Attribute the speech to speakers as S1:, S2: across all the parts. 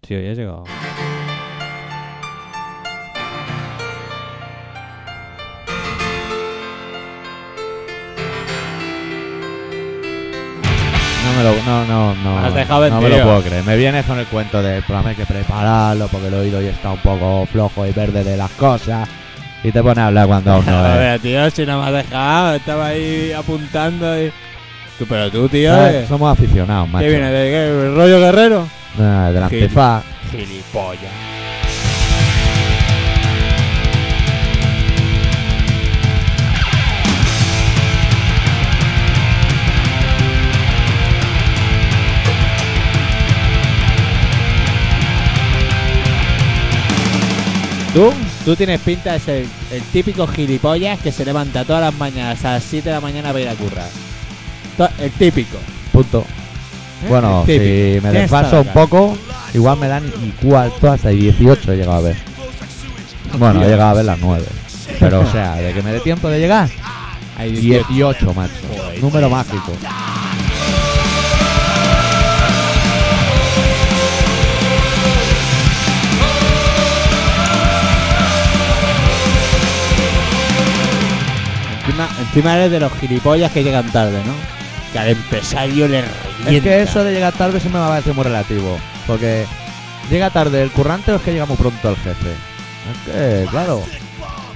S1: tío, ya he llegado. No me lo, no, no, no,
S2: Me has dejado
S1: no me lo
S2: vendido.
S1: puedo creer. Me vienes con el cuento del programa hay que prepararlo porque el oído ya está un poco flojo y verde de las cosas y te pone a hablar cuando aún no
S2: A
S1: es.
S2: ver, tío, si no me has dejado, estaba ahí apuntando y... Tú, pero tú, tío,
S1: ¿Sabes?
S2: eh,
S1: Somos aficionados, macho.
S2: ¿qué viene? ¿De qué? ¿El rollo guerrero?
S1: Ah, del
S2: Sí.
S1: antifaz.
S2: Gilipollas. Tú, tú tienes pinta de ser el típico gilipollas que se levanta todas las mañanas a las 7 de la mañana para ir a currar. To- El típico.
S1: Punto.
S2: ¿eh?
S1: Bueno,
S2: El
S1: si
S2: típico.
S1: me
S2: Tienes toda
S1: desfaso
S2: la
S1: un
S2: cara.
S1: poco, igual me dan y cuarto hasta 18 he llegado a ver. Bueno, he llegado a ver las 9. Pero o sea, de que me dé tiempo de llegar,
S2: Ahí,
S1: 18, macho.
S2: Joder.
S1: Número mágico.
S2: Encima, encima eres de los gilipollas que llegan tarde, ¿no? Que al empresario le revienta.
S1: Es que eso de llegar tarde se me va a parecer muy relativo. Porque llega tarde el currante o es que llega muy pronto el jefe. Es que, claro,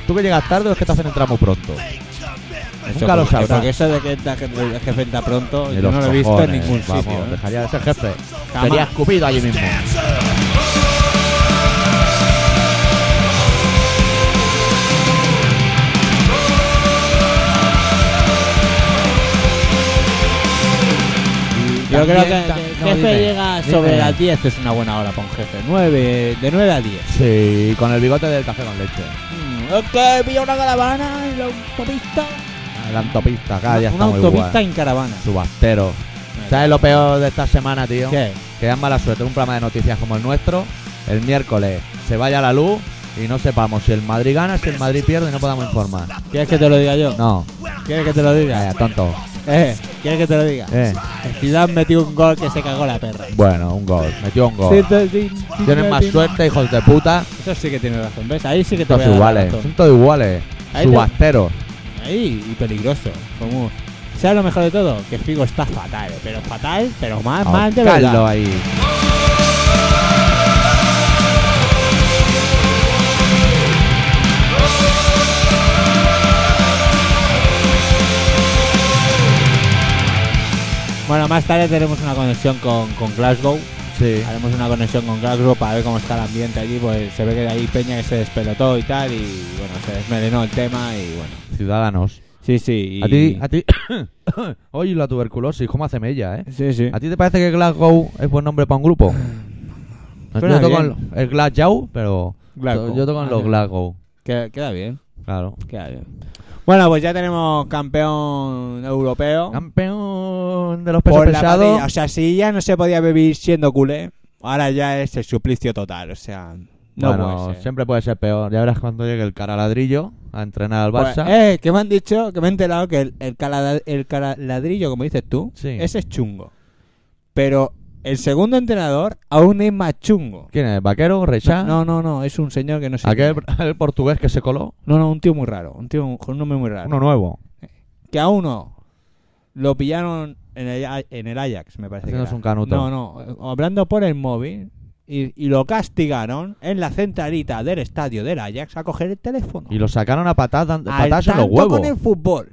S1: tú que llegas tarde o es que te hacen entrar muy pronto.
S2: Eso
S1: nunca lo
S2: porque-
S1: sabrás.
S2: Porque eso de que entra je- el jefe entra pronto,
S1: Ni
S2: yo no
S1: los
S2: lo he visto en
S1: cojones,
S2: ningún
S1: vamos,
S2: sitio. ¿eh?
S1: dejaría de ser jefe.
S2: Jamás.
S1: Sería escupido allí mismo.
S2: Yo creo que
S1: También,
S2: el
S1: tam- no,
S2: jefe
S1: dime,
S2: llega
S1: dime.
S2: sobre las 10, es una buena hora para un jefe. 9, de 9 a 10.
S1: Sí, con el bigote del café con leche.
S2: Mm, Es que pilla una caravana en la autopista.
S1: La autopista, acá Ah, ya
S2: una
S1: está muy
S2: autopista
S1: guay.
S2: en caravana.
S1: Subastero. ¿Sabes lo peor de esta semana, tío?
S2: ¿Qué?
S1: Que dan mala suerte un programa de noticias como el nuestro. El miércoles se vaya la luz y no sepamos si el Madrid gana, si el Madrid pierde y no podamos informar.
S2: ¿Quieres que te lo diga yo?
S1: No,
S2: ¿Quieres que te lo diga?
S1: vaya, tonto.
S2: Eh, ¿Quieres que te lo diga?
S1: Eh,
S2: El Zidane metió un gol que se cagó la perra.
S1: Bueno, un gol. Metió un gol. Tienen
S2: Tienen
S1: más suerte, hijos de puta.
S2: Eso sí que tiene razón, ¿ves? Ahí sí que te
S1: Son
S2: voy a
S1: todos
S2: dar la
S1: iguales.
S2: razón.
S1: Son todos iguales.
S2: Ahí te-
S1: Subasteros.
S2: Ahí, y peligroso. Como... ¿Sabes lo mejor de todo? Que Figo está fatal, pero fatal, pero mal, Ah,
S1: Oh,
S2: mal de
S1: Ahorcarlo
S2: verdad.
S1: ahí.
S2: Bueno, más tarde tenemos una conexión con, con Glasgow.
S1: Sí.
S2: Haremos una conexión con Glasgow para ver cómo está el ambiente allí. Pues se ve que hay peña que se despelotó y tal. Y bueno, se desmelenó el tema y bueno.
S1: Ciudadanos.
S2: Sí, sí. y-
S1: A ti, a ti. Oye, la tuberculosis, ¿cómo hace mella, eh?
S2: Sí, sí.
S1: ¿A ti te parece que Glasgow es buen nombre para un grupo?
S2: Suena
S1: yo toco
S2: bien.
S1: en lo- el Glasgow, pero
S2: Glasgow.
S1: yo toco en los
S2: Ah,
S1: Glasgow,
S2: Queda, queda bien,
S1: claro.
S2: queda bien. Bueno, pues ya tenemos campeón europeo.
S1: Ah, Campeón de los pesos
S2: por la
S1: pesados.
S2: patilla. O sea, si ya no se podía vivir siendo culé, ahora ya es el suplicio total. O sea, no
S1: bueno,
S2: puede ser.
S1: siempre puede ser peor. Ya verás cuando llegue el cara ladrillo a entrenar al
S2: Pues,
S1: Barça.
S2: eh, que me han dicho, que me he enterado que el, el, cala- el cala- ladrillo, como dices tú,
S1: Sí.
S2: ese es chungo. Pero el segundo entrenador aún es más chungo.
S1: ¿Quién es? ¿Vaquero? ¿Rechá?
S2: No, no, no, es un señor que no sé.
S1: Ah. Aquel
S2: quién es.
S1: el portugués que se coló.
S2: No, no, un tío muy raro, un tío con un nombre muy raro.
S1: Uno nuevo.
S2: Que a uno lo pillaron en el, A- en el Ajax, me parece. que
S1: Haciéndose
S2: era.
S1: un canuto.
S2: No, no, hablando por el móvil y, y lo castigaron en la centralita del estadio del Ajax a coger el teléfono.
S1: Y lo sacaron a patadas,
S2: Al
S1: patadas en los
S2: tanto
S1: huevos.
S2: con el fútbol.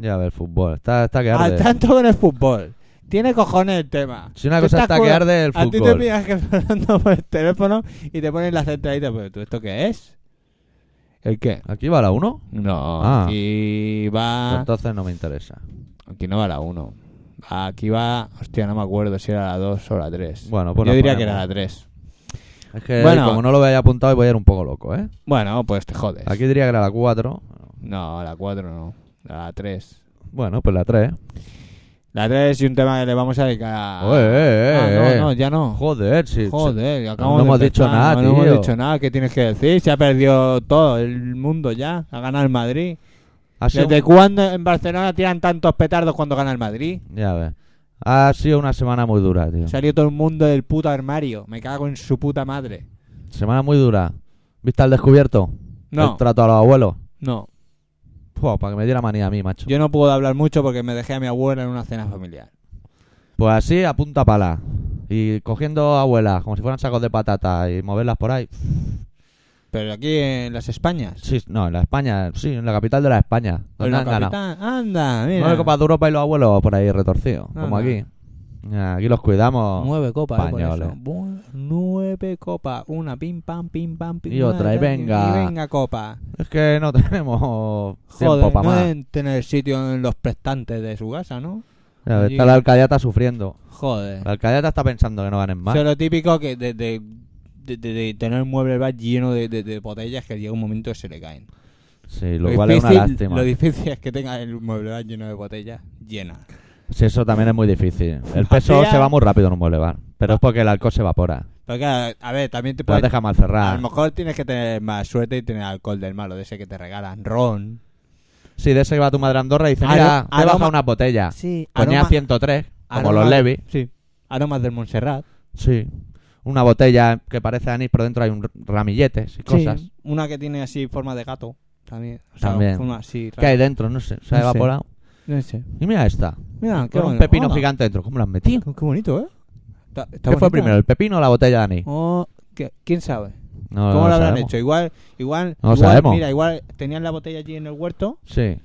S1: Ya ve el fútbol. Está, está que
S2: Al
S1: arde.
S2: tanto con el fútbol. Tiene cojones el tema.
S1: Si una
S2: Tú
S1: cosa
S2: estás
S1: está
S2: con-
S1: que arde el
S2: A ti te
S1: fútbol.
S2: pillas que hablando por el teléfono y te ponen la centralita. Pero tú, ¿esto qué es? ¿El qué?
S1: Aquí va la 1.
S2: No,
S1: Ah.
S2: aquí va...
S1: Entonces no me interesa.
S2: Aquí no va la 1. Aquí va... Hostia, no me acuerdo si era la 2 o la 3.
S1: Bueno, pues
S2: Yo
S1: la
S2: diría que
S1: ponemos.
S2: era la 3.
S1: Es que
S2: Bueno.
S1: como no lo veía apuntado, voy a ir un poco loco, ¿eh?
S2: Bueno, pues te jodes.
S1: Aquí diría que era la 4.
S2: No, la 4 no. La 3.
S1: Bueno, pues la 3.
S2: La 3 y un tema que le vamos a dedicar a...
S1: Oye, eh,
S2: Ah,
S1: eh,
S2: no, no,
S1: eh.
S2: ya no.
S1: Joder, si, si-
S2: Joder,
S1: no
S2: acabamos de
S1: hemos
S2: empezar,
S1: dicho nada,
S2: no, No
S1: tío.
S2: hemos dicho nada, ¿qué tienes que decir? Se ha perdido todo el mundo ya, ha ganado el Madrid.
S1: ha sido
S2: ¿Desde
S1: un-
S2: cuándo en Barcelona tiran tantos petardos cuando gana el Madrid?
S1: Ya ves. Ha sido una semana muy dura, tío.
S2: Salió todo el mundo del puto armario. Me cago en su puta madre.
S1: Semana muy dura. ¿Viste al descubierto?
S2: No,
S1: El trato a los abuelos.
S2: no.
S1: Pua, para que me diera manía a mí, macho.
S2: Yo no puedo hablar mucho porque me dejé a mi abuela en una cena familiar.
S1: Pues así, a punta pala. Y cogiendo abuelas, como si fueran sacos de patata, y moverlas por ahí.
S2: Pero aquí en las Españas.
S1: Sí, no, en la España, sí, en la capital de la España.
S2: En
S1: Donde
S2: Pues la
S1: han ganado.
S2: capital. Anda, mira.
S1: Nueve copas de Europa y los abuelos por ahí retorcidos,
S2: No,
S1: como
S2: no.
S1: aquí. Ah, Aquí los cuidamos.
S2: Nueve copas, eh, con
S1: españoles.
S2: eso. Bu- Nueve copas. Una, pim, pam, pim, pam, pim.
S1: Y otra, y
S2: pam,
S1: venga.
S2: Y venga, copa.
S1: Es que no tenemos
S2: Joder,
S1: tiempo para
S2: no
S1: más.
S2: deben tener sitio en los prestantes de su casa, ¿no?
S1: Ya,
S2: allí-
S1: Está la alcayata sufriendo.
S2: Joder.
S1: La alcayata está pensando que no ganen más.
S2: Eso es lo típico que de, de, de- de- de tener el mueble del bar lleno de, de- de botellas que llega un momento que se le caen.
S1: Sí, lo cual es una lástima.
S2: lo difícil es que tenga el mueble del bar lleno de botellas llenas.
S1: Sí, eso también es muy difícil. El peso
S2: Hacía-
S1: se va muy rápido en un mueble bar. Pero es porque el alcohol se evapora.
S2: Porque, a, a ver, también te
S1: Te las
S2: puedes...
S1: deja mal
S2: A
S1: cerrar.
S2: lo mejor tienes que tener más suerte y tener alcohol del malo, de ese que te regalan. Ron.
S1: Sí, de ese que va tu madre a Andorra y dice,
S2: Aro-
S1: mira, te
S2: aroma-
S1: baja una botella.
S2: Sí.
S1: Ponía 103, como los Levi.
S2: Sí. Aromas del Montserrat.
S1: Sí. Una botella que parece anís, pero dentro hay un r- ramilletes y cosas.
S2: Sí, Una que tiene así forma de gato. También. O sea,
S1: También.
S2: forma así
S1: ¿Qué
S2: rara.
S1: hay dentro? No sé. Se ha
S2: No sé.
S1: evaporado.
S2: No sé.
S1: Y mira esta.
S2: Mira, qué
S1: Con un
S2: bueno.
S1: pepino
S2: Hola.
S1: gigante dentro. ¿Cómo lo han metido?
S2: Qué bonito, ¿eh? Está- está
S1: ¿Qué fue
S2: bonita.
S1: primero, el pepino o la botella de anís?
S2: Oh, que- ¿Quién sabe?
S1: No,
S2: ¿Cómo
S1: no
S2: lo habrán
S1: sabemos.
S2: hecho? Igual, igual,
S1: No lo
S2: igual,
S1: sabemos.
S2: mira, igual tenían la botella allí en el huerto,
S1: Sí.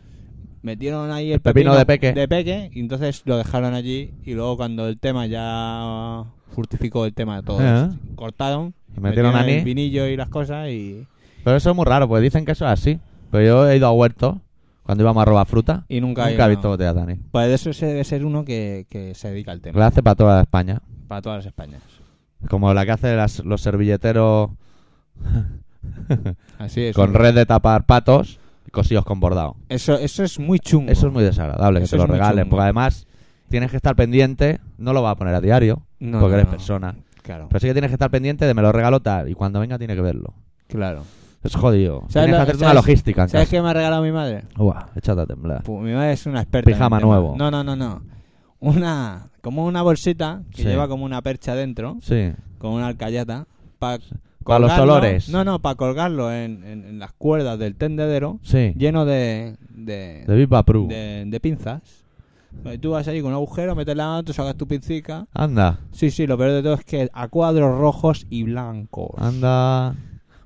S2: metieron ahí el,
S1: El pepino de peque.
S2: de peque, y entonces lo dejaron allí y luego cuando el tema ya fructificó el tema de todo,
S1: Eh.
S2: cortaron,
S1: Y metieron
S2: Oh, el
S1: anís.
S2: vinillo y las cosas y,
S1: Pero eso es muy raro, porque dicen que eso es así. Pero yo he ido a huertos cuando íbamos a robar fruta.
S2: y nunca, había-
S1: Nunca, he visto botella de anís.
S2: Pues de eso se debe ser uno que, que se dedica al tema,
S1: La hace para toda España.
S2: para todas las Españas.
S1: Como la que hacen las- los servilleteros
S2: Así es.
S1: con red de tapar patos cosidos con bordado.
S2: eso, eso es muy chungo.
S1: Eso es muy desagradable que
S2: Eso
S1: te lo
S2: es muy
S1: regalen,
S2: chungo.
S1: porque además tienes que estar pendiente, no lo vas a poner a diario,
S2: No,
S1: porque
S2: no,
S1: eres
S2: no.
S1: persona.
S2: Claro,
S1: Pero sí que tienes que estar pendiente de me lo regalo tal, y cuando venga tiene que verlo.
S2: claro.
S1: Es jodido.
S2: ¿Sabes
S1: Tienes
S2: lo-
S1: que hacerte una
S2: sabes-
S1: logística en
S2: ¿Sabes
S1: casa.
S2: qué me ha regalado mi madre?
S1: Uah, échate a temblar.
S2: Pues mi madre es una experta. en el
S1: Pijama
S2: tema.
S1: nuevo.
S2: No, no, no, no. Una, como una bolsita que
S1: Sí.
S2: lleva como una percha dentro,
S1: Sí.
S2: con una alcayata, para
S1: Para los olores.
S2: No, no, para colgarlo en, en- en las cuerdas del tendedero,
S1: Sí.
S2: lleno de, de,
S1: De Viva Pru.
S2: de- de pinzas. Y tú vas ahí con un agujero, metes la mano, tú sacas tu pincica.
S1: Anda,
S2: Sí, sí, lo peor de todo es que a cuadros rojos y blancos.
S1: Ah. anda.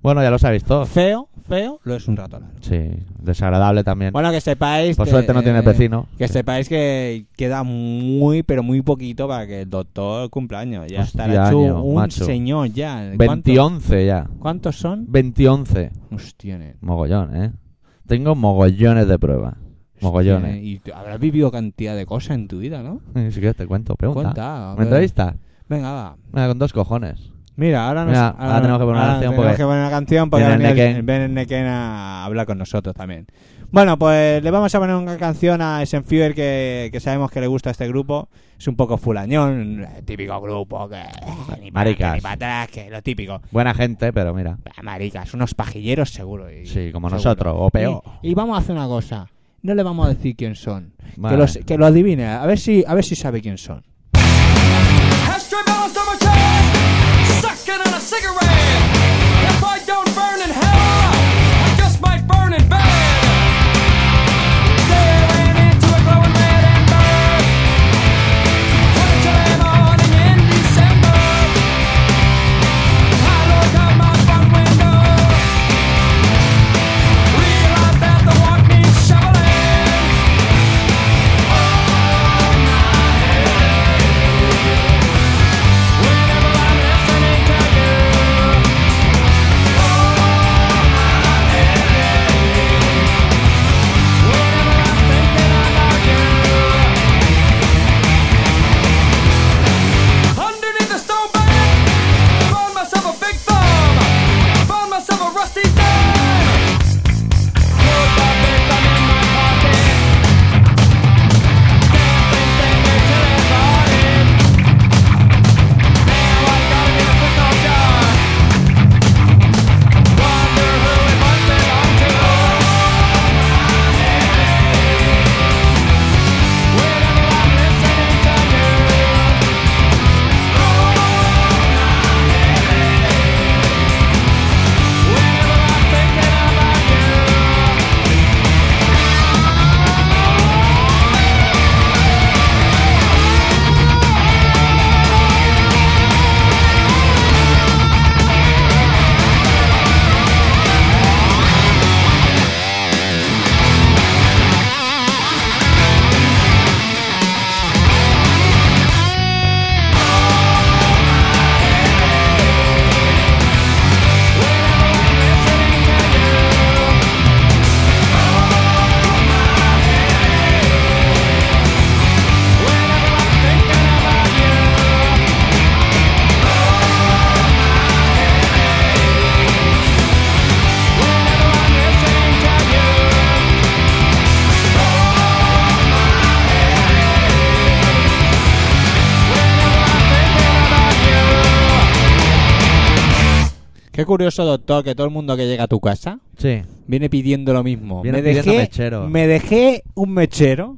S1: Bueno, ya lo sabéis todos.
S2: Feo, feo, lo es un rato largo.
S1: Sí, desagradable también.
S2: Bueno, que sepáis.
S1: Por
S2: que-
S1: suerte no tienes vecino.
S2: Que sepáis que queda muy, pero muy poquito para que el doctor cumpla años. Ya
S1: Hostia,
S2: estará hecho
S1: año,
S2: un
S1: macho.
S2: señor ya. ¿Cuántos,
S1: 2011 ya.
S2: cuántos son?
S1: 2011.
S2: Hostia,
S1: Mogollón, ¿eh? Tengo mogollones de pruebas. Mogollones.
S2: Y tú habrás vivido cantidad de cosas en tu vida, ¿no?
S1: Ni siquiera te cuento, pregunta.
S2: Cuenta. a
S1: ¿Me
S2: ver.
S1: entrevista?
S2: Venga, va.
S1: Mira, con dos cojones.
S2: Mira, ahora, nos,
S1: Mira, ahora tenemos que poner una
S2: ahora
S1: canción
S2: tenemos
S1: porque
S2: que poner una canción porque
S1: viene el
S2: viene el-
S1: Nequén.
S2: viene el Nequén a hablar con nosotros también. Bueno, pues le vamos a poner una canción a Esenfiewer que, que sabemos que le gusta a este grupo. Es un poco fulañón, el típico grupo que... eh, Ni para
S1: Maricas.
S2: adelante, ni para atrás, que lo típico.
S1: Buena gente, pero mira.
S2: Ah, Maricas, unos pajilleros seguro. y-
S1: Sí, como
S2: seguro.
S1: nosotros, o peor.
S2: Y, y vamos a hacer una cosa. No le vamos a decir quién son. Que,
S1: Vale.
S2: los- que lo adivine. A ver si, a ver si sabe quién son.
S3: Extra balance on my chest, sucking on a cigarette. If I don't burn in hell, I just might burn in bed. Staring into a glowing red ember. 22 a.m. morning in December. I look out my front window, realize that the walk needs shoveling. Oh, my head.
S2: Qué curioso, doctor, que todo el mundo que llega a tu casa
S1: Sí.
S2: viene pidiendo lo mismo.
S1: Viene
S2: me dejé,
S1: pidiendo mechero.
S2: me dejé un mechero.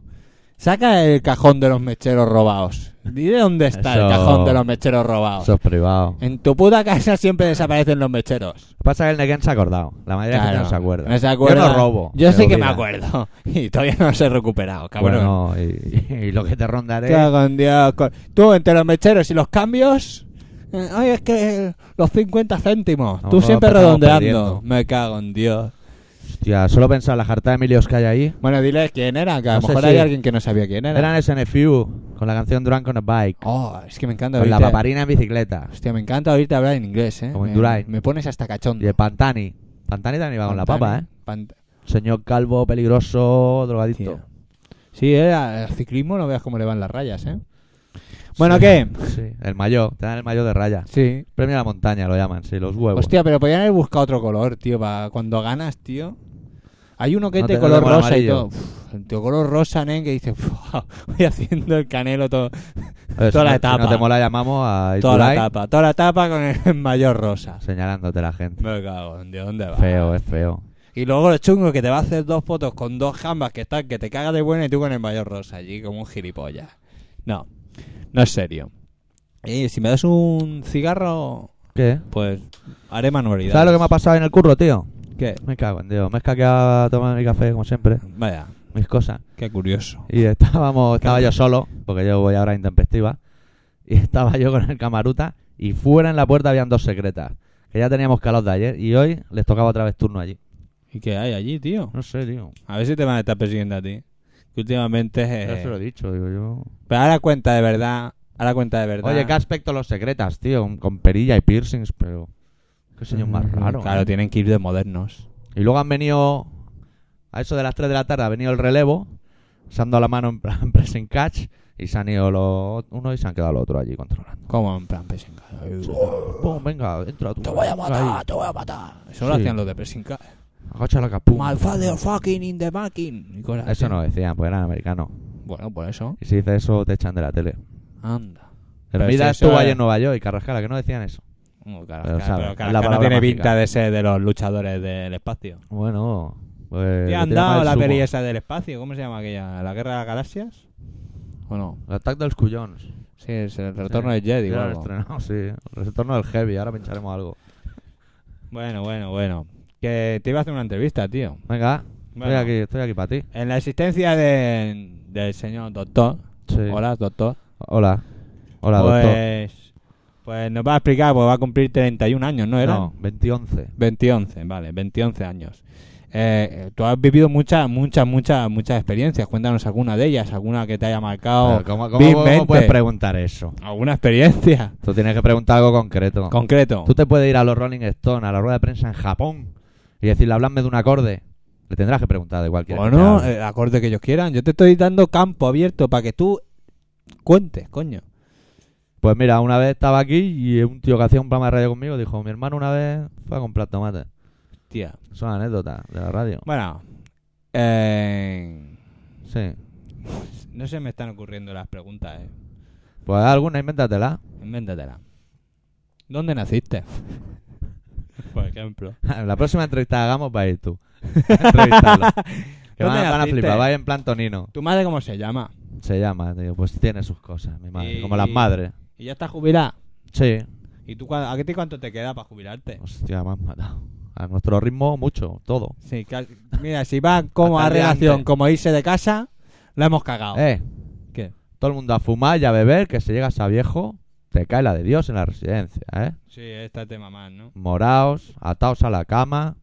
S2: Saca el cajón de los mecheros robados. Dile dónde está
S1: Eso-
S2: el cajón de los mecheros robados.
S1: Eso es privado.
S2: En tu puta casa siempre desaparecen los mecheros.
S1: Pasa que el Negan se ha acordado. La mayoría de la gente
S2: Claro,
S1: no se acuerda.
S2: no se acuerda.
S1: Yo no robo.
S2: Yo
S1: se
S2: sí que me
S1: olvida.
S2: acuerdo. Y todavía no los he recuperado, cabrón.
S1: Bueno, ¿eh? y, y lo que te rondaré.
S2: Te hagan día con- Tú, entre los mecheros y los cambios. eh, Ay, es que los 50 céntimos.
S1: A lo
S2: Tú
S1: mejor
S2: siempre
S1: empezamos
S2: redondeando.
S1: perdiendo.
S2: Me cago en Dios.
S1: Hostia, solo pensaba en la jarta de Emilios que hay ahí.
S2: Bueno, dile quién era, que a lo
S1: No sé
S2: mejor
S1: si-
S2: hay alguien que no sabía quién era.
S1: Eran SNFU con la canción Drunk on a Bike.
S2: Oh, es que me encanta
S1: Con
S2: oírte.
S1: la paparina en bicicleta.
S2: Hostia, me encanta oírte hablar en inglés, ¿eh?
S1: Como en
S2: me,
S1: Durai.
S2: me pones hasta cachondo.
S1: Y el Pantani. Pantani también iba con la papa, ¿eh?
S2: Pant-
S1: Señor calvo, peligroso, drogadicto.
S2: Tío. Sí, era el ciclismo, no veas cómo le van las rayas, ¿eh? Bueno,
S1: Sí.
S2: ¿qué?
S1: Sí, el mayor. Te dan el mayor de raya.
S2: Sí.
S1: Premio a la montaña lo llaman, sí, los huevos.
S2: Hostia, pero podían haber buscado otro color, tío, para cuando ganas, tío. Hay uno que es
S1: No
S2: de
S1: te-
S2: color
S1: no te mola
S2: rosa y
S1: amarillo.
S2: todo. Uf, el tío color rosa, nen, que dice, "Fua, voy haciendo el canelo todo,
S1: A ver, si
S2: toda
S1: no-
S2: la
S1: si
S2: etapa.
S1: no te mola, llamamos a
S2: toda la
S1: Iturrey
S2: tapa, toda la tapa con el mayor rosa.
S1: señalándote la gente.
S2: Me cago en Dios, ¿dónde va?
S1: Feo, es feo.
S2: Y luego lo chungo que te va a hacer dos fotos con dos jambas que están que te cagas de buena y tú con el mayor rosa allí como un gilipollas. No, no es serio. Y si me das un cigarro,
S1: ¿Qué?
S2: pues haré manualidades.
S1: ¿Sabes lo que me ha pasado en el curro, tío?
S2: ¿Qué?
S1: Me cago en Dios. Me he escaqueado a tomar mi café, como siempre.
S2: Vaya,
S1: Mis cosas.
S2: qué curioso.
S1: Y estábamos, estaba yo solo, porque yo voy ahora a intempestiva. Y estaba yo con el camaruta. Y fuera en la puerta habían dos secretas. Que ya teníamos calor de ayer. Y hoy les tocaba otra vez turno allí.
S2: ¿Y qué hay allí, tío?
S1: No sé, tío.
S2: A ver si te van a estar persiguiendo a ti. Que últimamente...
S1: Ya se lo he
S2: eh,
S1: dicho, digo yo.
S2: Pero ahora cuenta de verdad. Ahora cuenta de verdad.
S1: Oye, qué aspecto los secretas, tío. Con perilla y piercings, pero. Qué señor más
S2: Mm,
S1: raro.
S2: Claro,
S1: ¿eh?
S2: tienen que ir de modernos.
S1: Y luego han venido. A eso de las 3 de la tarde ha venido el relevo. Se han dado la mano en plan pressing catch. Y se han ido los uno y se han quedado los otros allí controlando.
S2: Como en plan pressing car.
S1: Pum, venga, entra tú.
S2: Te voy a matar,
S1: Ahí.
S2: te voy a matar. Eso lo
S1: Sí.
S2: hacían los de pressing car.
S1: Agacha la capuma.
S2: My father fucking in the making. Y cosas
S1: Eso
S2: así.
S1: no decían, pues eran americanos.
S2: Bueno, por eso.
S1: Y si dices eso, te echan de la tele.
S2: Anda. Pero
S1: Hermida
S2: si eso
S1: estuvo
S2: era-
S1: ahí en Nueva York y Carrascara, que no decían eso.
S2: No,
S1: Pero
S2: Carrasca, pero
S1: sabe, es la
S2: Carrasca no
S1: palabra
S2: tiene
S1: mágica.
S2: pinta de ser de los luchadores del espacio.
S1: Bueno, pues.
S2: ¿Te
S1: le
S2: han
S1: tira más
S2: dado
S1: el
S2: la
S1: sumo.
S2: peli esa del espacio? ¿Cómo se llama aquella? ¿La guerra de las galaxias? ¿O no?
S1: El ataque de los cuyones.
S2: Sí, es el retorno
S1: Sí,
S2: de Jedi.
S1: ya
S2: o
S1: lo han
S2: algo.
S1: estrenado, sí. El retorno del heavy, ahora pincharemos algo.
S2: Bueno, bueno, bueno. Que te iba a hacer una entrevista, tío.
S1: Venga,
S2: Bueno.
S1: estoy aquí, estoy aquí para ti.
S2: En la existencia de- del señor doctor.
S1: Sí.
S2: Hola, doctor.
S1: Hola. Hola, doctor.
S2: pues, pues nos va a explicar, pues va a cumplir 31 años, ¿no era?
S1: No, 2011.
S2: 2011, vale, 2011 años. Eh, tú has vivido muchas, muchas, muchas, muchas experiencias. Cuéntanos alguna de ellas, alguna que te haya marcado.
S1: Pero ¿Cómo, cómo-
S2: vivamente.
S1: cómo puedes preguntar eso?
S2: ¿Alguna experiencia?
S1: Tú tienes que preguntar algo concreto.
S2: Concreto.
S1: Tú te puedes ir a los Rolling Stones, a la rueda de prensa en Japón, y decirle, habladme de un acorde. Le tendrás que preguntar de cualquier
S2: O no, el eh, acorde que ellos quieran. Yo te estoy dando campo abierto para que tú cuentes, coño.
S1: Pues mira, una vez estaba aquí y un tío que hacía un programa de radio conmigo dijo, mi hermano una vez fue a comprar tomates.
S2: Tía.
S1: Son anécdotas de la radio.
S2: Bueno. eh,
S1: Sí.
S2: no se me están ocurriendo las preguntas, eh.
S1: Pues alguna, invéntatela.
S2: Invéntatela. ¿Dónde naciste? Por ejemplo.
S1: La próxima entrevista que hagamos va a ir tú. A entrevistarlo. que van,
S2: ¿Dónde
S1: van a
S2: naciste?
S1: flipar, va a ir en plan tonino.
S2: ¿Tu madre cómo se llama?
S1: Se llama, tío. Pues tiene sus cosas, mi madre.
S2: Y-
S1: Como las madres.
S2: ¿Y ya está jubilada?
S1: Sí.
S2: ¿Y tú cua- a qué te cuánto te queda para jubilarte?
S1: Hostia, me han matado. A nuestro ritmo, mucho, todo.
S2: Sí, cal- mira, si va como a
S1: Hasta el día
S2: relación,
S1: antes.
S2: como irse de casa, la hemos cagado.
S1: Eh,
S2: ¿Qué?
S1: todo el mundo a fumar y a beber, que si llegas a viejo, te cae la de Dios en la residencia, ¿eh?
S2: Sí, este tema más, ¿no?
S1: Moraos, ataos a la cama,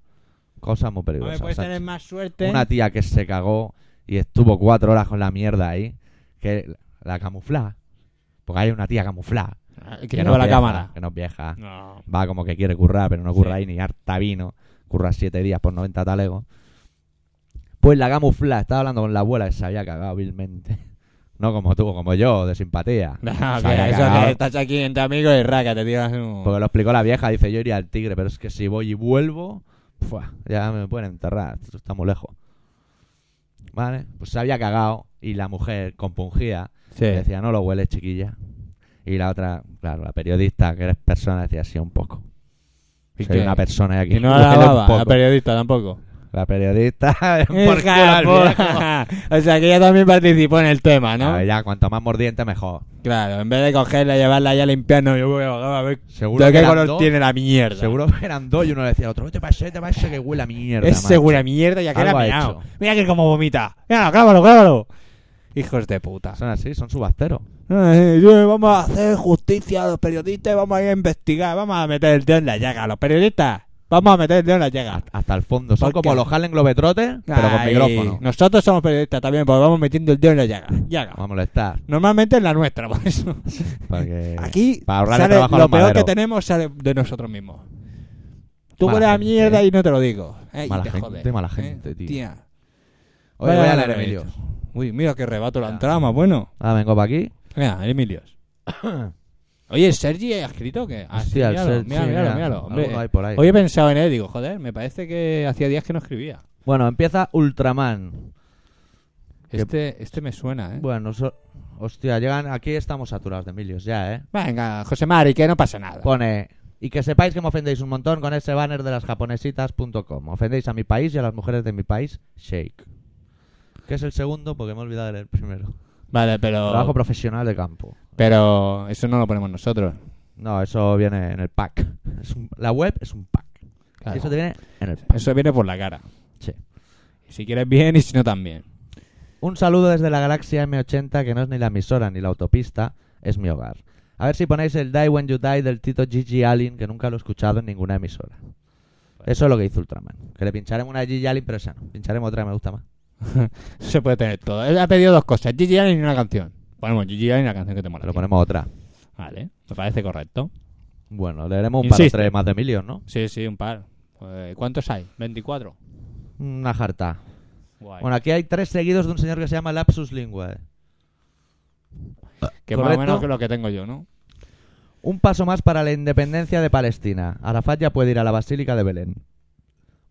S1: cosas
S2: A
S1: muy
S2: ver,
S1: peligrosas.
S2: puedes
S1: Sánchez.
S2: tener más suerte.
S1: pues, Una tía que se cagó y estuvo cuatro horas con la mierda ahí, que la camufla. Porque hay una tía camufla.
S2: Ah, Que lleva
S1: es
S2: la
S1: vieja,
S2: cámara.
S1: Que no es vieja.
S2: No.
S1: Va como que quiere currar, pero no curra
S2: Sí.
S1: ahí ni harta vino. Curra siete días por 90 talegos. Pues la camufla estaba hablando con la abuela que se había cagado vilmente. No como tú, como yo, de simpatía.
S2: No,
S1: Se
S2: que
S1: había
S2: eso
S1: cagado.
S2: que estás aquí entre amigos y raca, te tiras un...
S1: Porque lo explicó la vieja, dice yo iría al tigre, pero es que si voy y vuelvo, ¡fua! ya me pueden enterrar, esto está muy lejos. Vale, pues se había cagado y la mujer compungía
S2: Sí.
S1: decía, no lo hueles, chiquilla. Y la otra, claro, la periodista, que eres persona, decía, sí, un poco.
S2: ¿Y
S1: Soy
S2: qué?
S1: una persona y aquí.
S2: Y no
S1: huele
S2: la
S1: un
S2: baba, la
S1: poco.
S2: periodista tampoco.
S1: La periodista. por culo
S2: Hija
S1: al
S2: de
S1: viejo.
S2: puta. o sea que ella también participó en el tema, ¿no?
S1: Ah, ya, cuanto más mordiente, mejor.
S2: Claro, en vez de cogerla y llevarla ya limpiando, yo voy a bajar a ver
S1: Seguro
S2: de
S1: que
S2: qué
S1: eran
S2: color
S1: dos.
S2: tiene la mierda.
S1: Seguro que eran dos y uno le decía al otro: Vete para allá, vete para allá, que huele a mierda.
S2: Es
S1: macho".
S2: segura mierda y aquel
S1: Algo
S2: ha
S1: ha
S2: meado.
S1: hecho.
S2: Mira que como vomita. Mira, clávalo, clávalo. Hijos de puta.
S1: Son así, son subasteros.
S2: Ay, sí, vamos a hacer justicia a los periodistas, vamos a ir a investigar, vamos a meter el dedo en la llaga. Los periodistas, vamos a meter el dedo en la llaga.
S1: Hasta- Hasta el fondo. Son
S2: Porque-
S1: como los Harlem Globetrotters, pero con
S2: Ay,
S1: micrófono.
S2: Nosotros somos periodistas también, porque vamos metiendo el dedo en la llaga. llaga.
S1: Vamos a molestar.
S2: Normalmente en la nuestra, por eso.
S1: Porque...
S2: Aquí
S1: para ahorrarle
S2: sale
S1: trabajo a
S2: lo
S1: los
S2: peor
S1: maderos.
S2: que tenemos sale de nosotros mismos. Tú
S1: Mala
S2: hueles a
S1: gente,
S2: mierda
S1: eh.
S2: y no te lo digo. Eh, y
S1: Mala
S2: te
S1: gente,
S2: jodes,
S1: mala
S2: eh.
S1: gente, tío.
S2: Tía.
S1: Oye,
S2: Vaya
S1: voy a
S2: la
S1: leer Emilio.
S2: revista. Uy, mira qué rebato la
S1: Ya.
S2: entrada más bueno.
S1: Ah, vengo para aquí.
S2: Mira, Emilios. Oye, ¿el Sergi ha escrito que.
S1: Sí, al ser-
S2: Ah, míralo,
S1: sí,
S2: míralo,
S1: mira,
S2: míralo, hombre.
S1: alguno hay por ahí.
S2: Hoy he pensado en él, digo, joder, me parece que hacía días que no escribía.
S1: Bueno, empieza Ultraman. Que-
S2: Este, este me suena, ¿eh?
S1: Bueno, so- hostia, llegan aquí estamos saturados de Emilios ya, ¿eh?
S2: Venga, José Mari, que no pasa nada.
S1: Pone, y que sepáis que me ofendéis un montón con ese banner de las japonesitas.com. Ofendéis a mi país y a las mujeres de mi país, shake. Que es el segundo porque me he olvidado de leer el primero.
S2: Vale,
S1: Trabajo
S2: pero.
S1: profesional de campo.
S2: Pero eso no lo ponemos nosotros.
S1: No, eso viene en el pack. Es un- la web es un pack.
S2: Claro.
S1: Eso te viene en el pack.
S2: Eso viene por la cara.
S1: Sí.
S2: Si quieres bien y si no también.
S1: Un saludo desde la galaxia M80, que no es ni la emisora ni la autopista, es mi hogar. A ver si ponéis el Die When You Die del Tito Gigi Allen, que nunca lo he escuchado en ninguna emisora. Eso es lo que hizo Ultraman. Que le pincharemos una de Gigi Allen, pero esa no. Pincharemos otra que me gusta más.
S2: Se puede tener todo. Él ha pedido dos cosas, Gigi Allen y una canción. Ponemos Gigi Allen y la canción que te mola.
S1: Pero
S2: a ti.
S1: ponemos otra.
S2: Vale, me parece correcto.
S1: Bueno, leeremos un par o
S2: Insiste.
S1: tres más de Emilio, ¿no?
S2: Sí, sí, un par. Eh, ¿Cuántos hay? ¿24?
S1: Una jarta.
S2: Guay.
S1: Bueno, aquí hay tres seguidos de un señor que se llama Lapsus eh. Linguae.
S2: que más o
S1: correcto.
S2: menos que lo que tengo yo, ¿no?
S1: Un paso más para la independencia de Palestina. Arafat ya puede ir a la Basílica de Belén.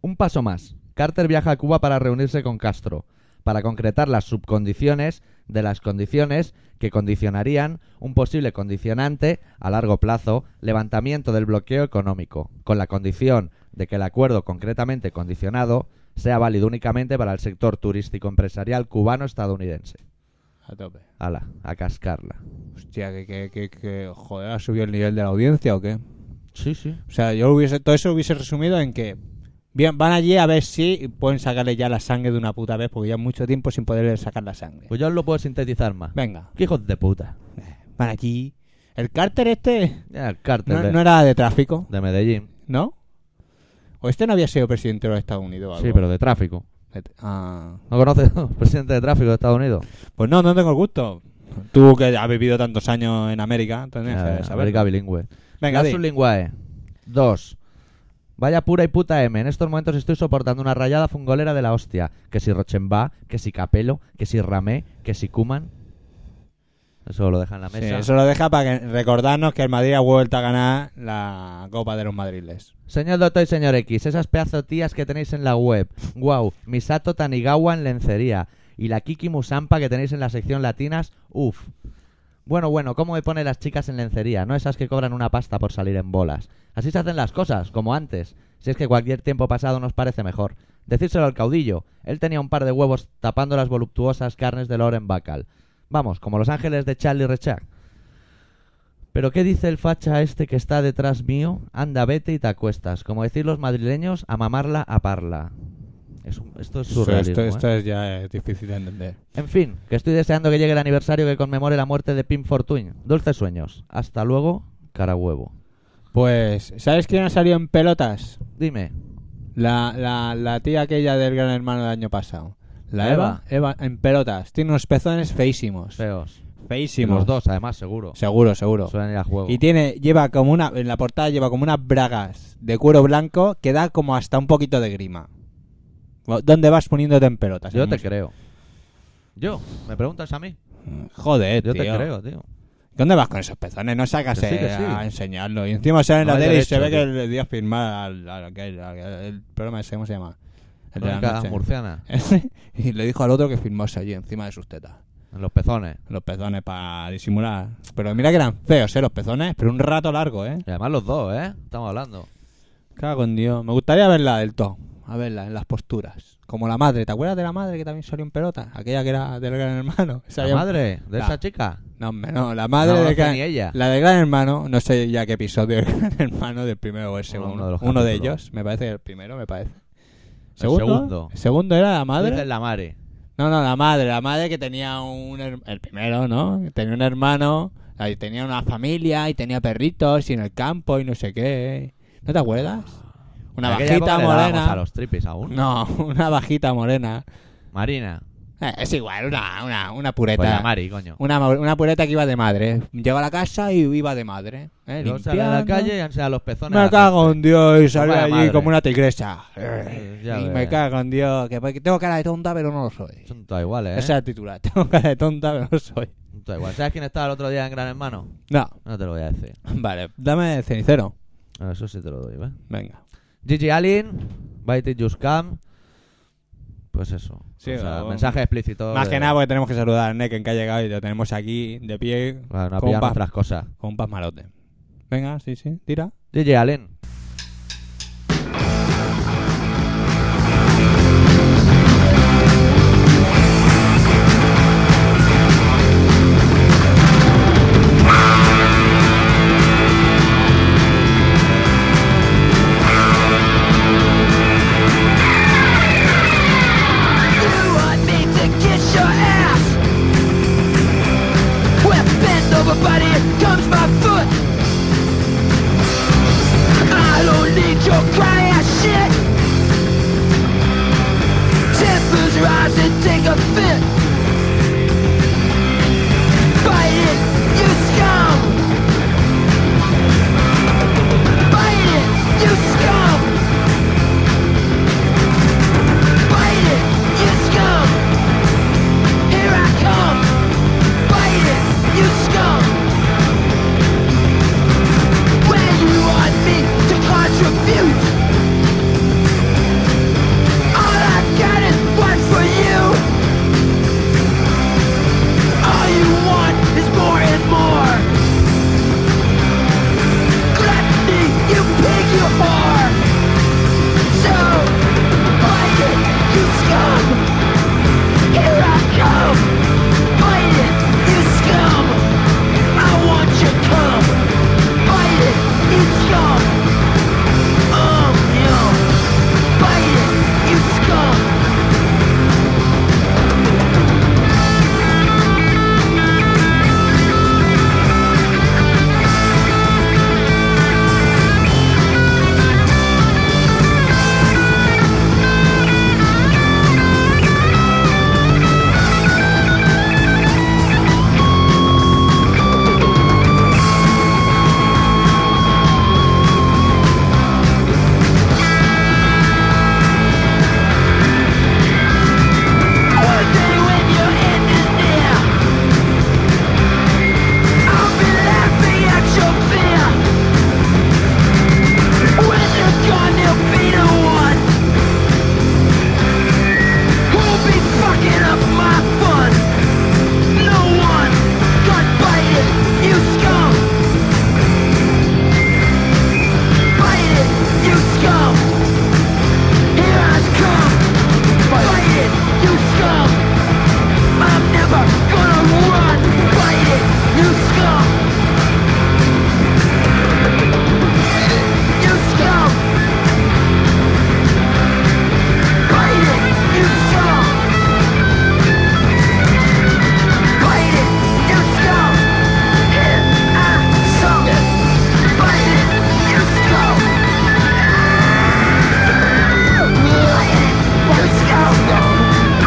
S1: Un paso más. Carter viaja a Cuba para reunirse con Castro, para concretar las subcondiciones de las condiciones que condicionarían un posible condicionante a largo plazo levantamiento del bloqueo económico, con la condición de que el acuerdo concretamente condicionado sea válido únicamente para el sector turístico empresarial cubano-estadounidense.
S2: A tope.
S1: Ala, a cascarla.
S2: Hostia, que, que, que, que- joder, ¿ha subido el nivel de la audiencia o qué?
S1: Sí, sí.
S2: O sea, yo hubiese, todo eso hubiese resumido en que bien, van allí a ver si pueden sacarle ya la sangre de una puta vez, porque ya mucho tiempo sin poderle sacar la sangre.
S1: Pues yo os lo puedo sintetizar más.
S2: Venga,
S1: ¡Qué hijos de puta!
S2: van allí. El cárter este
S1: Ya, el cártel
S2: no,
S1: de,
S2: no era de tráfico,
S1: de Medellín.
S2: ¿no? ¿O este no había sido presidente de los Estados Unidos? o algo?
S1: Sí, pero de tráfico.
S2: Et- Ah.
S1: ¿No conoces al presidente de tráfico de Estados Unidos?
S2: Pues no, no tengo el gusto. Tú que has vivido tantos años en América, tendrías
S1: Ya,
S2: que saberlo.
S1: Ah, América bilingüe.
S2: Venga, di.
S1: Lapsus linguae. Dos. Vaya pura y puta M. En estos momentos estoy soportando una rayada fungolera de la hostia. Que si Rochemba, que si Capelo, que si Ramé, que si Kuman. Eso lo deja en la
S2: Sí,
S1: mesa.
S2: eso lo deja para que- recordarnos que el Madrid ha vuelto a ganar la Copa de los Madriles.
S1: Señor Doctor y señor X, esas pedazo tías que tenéis en la web. Wow, Misato Tanigawa en lencería. Y la Kiki Musampa que tenéis en la sección latinas. Uf. Bueno, bueno, ¿cómo me pone las chicas en lencería? No esas que cobran una pasta por salir en bolas. Así se hacen las cosas, como antes. Si es que cualquier tiempo pasado nos parece mejor. Decírselo al caudillo. Él tenía un par de huevos tapando las voluptuosas carnes de Loren Bacal. Vamos, como los ángeles de Charlie Rechac. Pero ¿qué dice el facha este que está detrás mío? Anda, vete y te acuestas. Como decir los madrileños, a mamarla, a parla. Es un- esto es
S2: Esto-
S1: surrealismo.
S2: esto
S1: ¿eh?
S2: esto es ya eh, difícil de entender.
S1: En fin, que estoy deseando que llegue el aniversario que conmemore la muerte de Pim Fortuyn. Dulces sueños. Hasta luego, carahuevo.
S2: Pues, ¿sabes quién ha salido en pelotas?
S1: Dime,
S2: La, la, la tía aquella del gran hermano del año pasado. La Eva.
S1: Eva.
S2: Eva en pelotas. Tiene unos pezones feísimos.
S1: feos. Y
S2: Feísimos.
S1: los dos, además, seguro.
S2: Seguro, seguro.
S1: Suelen ir a juego.
S2: Y tiene, lleva como una, en la portada lleva como unas bragas de cuero blanco que da como hasta un poquito de grima. Bueno, ¿Dónde vas poniéndote en pelotas?
S1: Yo te
S2: hermoso?
S1: creo. Yo, me preguntas a mí.
S2: Joder,
S1: Yo
S2: Eh, tío.
S1: te creo, tío.
S2: ¿Dónde vas con esos pezones? No sacas
S1: Que sí,
S2: eh,
S1: que sí.
S2: a enseñarlo. Y encima sale en
S1: No
S2: la
S1: hay
S2: tele y
S1: derecho,
S2: se ve que
S1: tío.
S2: el día firmar al, al- aquel- al- el programa ese, ¿cómo se llama? El de la
S1: Crónica
S2: noche.
S1: murciana.
S2: y le dijo al otro que firmase allí encima de sus tetas.
S1: En los pezones.
S2: Los pezones para disimular. Pero mira que eran feos, ¿eh? Los pezones, pero un rato largo, ¿eh?
S1: Y además los dos, ¿eh? Estamos hablando.
S2: Cago en Dios. Me gustaría verla del todo. A verla en las posturas. Como la madre. ¿Te acuerdas de la madre que también salió en pelota? Aquella que era del gran hermano. Esa
S1: ¿La
S2: ya-
S1: madre de
S2: Ya.
S1: esa chica?
S2: No, hombre, no. La madre
S1: No, no
S2: de
S1: sé
S2: Gran-
S1: ni ella.
S2: La de gran hermano. No sé ya qué episodio del gran hermano. Del primero o el segundo.
S1: uno de los
S2: Uno de
S1: capítulos.
S2: ellos. Me parece que el primero, me parece.
S1: El
S2: ¿Segundo?
S1: segundo.
S2: ¿El segundo era la madre?
S1: Dices la madre.
S2: No, no, la madre, la madre que tenía un... her- El primero, ¿no? Que Tenía un hermano, ahí tenía una familia y tenía perritos y en el campo y no sé qué. ¿No te acuerdas? Una
S1: Ah. En aquella
S2: bajita
S1: época le dábamos a
S2: morena.
S1: los tripis aún.
S2: No, una bajita morena.
S1: Marina.
S2: Eh, es igual, una, una, una
S1: Pues la
S2: pureta.
S1: Mari, coño.
S2: una, ma- una pureta que iba de madre. Llegó a la casa y iba de madre. ¿eh?
S1: Luego sale a la
S2: limpiando.
S1: calle y han salido los pezones. a
S2: Me
S1: la
S2: cago en Dios y salí
S1: vaya
S2: allí
S1: madre.
S2: como una tigresa.
S1: Eh, ya
S2: y
S1: ves.
S2: me cago en Dios, que que tengo cara de tonta pero no lo soy.
S1: gente. Son todas iguales, ¿eh?
S2: Esa es la titular. Tengo cara de tonta, pero no soy.
S1: Son todas iguales. ¿Sabes quién estaba el otro día en Gran Hermano?
S2: No.
S1: No te lo voy a decir.
S2: Vale, dame el cenicero.
S1: Ah, Eso sí te lo doy, ¿ves?
S2: Venga.
S1: Gigi Allen, Bite It Just Come. Pues eso.
S2: Sí,
S1: O sea,
S2: o-
S1: mensaje explícito.
S2: Más
S1: de-
S2: que nada porque tenemos que saludar a Neken que ha llegado y lo tenemos aquí de pie
S1: Bueno, no ha
S2: Compa.
S1: pillado nuestras cosas.
S2: con un pasmarote. Venga, sí, sí, tira.
S1: Gigi Allen.
S4: You want me to kiss your ass? Well, bend over, buddy, comes my foot. I don't need your cry ass shit. Tempers rise and take a fit. Bite it, you scum. Bite it, you scum. Bite it, you scum! Here I come! Bite it, you scum! Where you want me to contribute? All I got is one for you! All you want is more and more! Gluttony, you pig, you whore! So, bite it, you scum! Here I come! Bite it, you scum! I want you come! Bite it, you scum! Um, yum! Bite it, you scum! One day when your end is near, I'll be laughing at your fear. When you're gone, you'll be the one who'll be fucking up my fun. No one got bite it, you scum. Bite it, you scum. Here I come. Bite it, you scum. I'm never gonna run. Bite it, you scum. You scum. Bite it, you scum. Bite it, you scum. Here I come. Bite it, you scum. Let's go!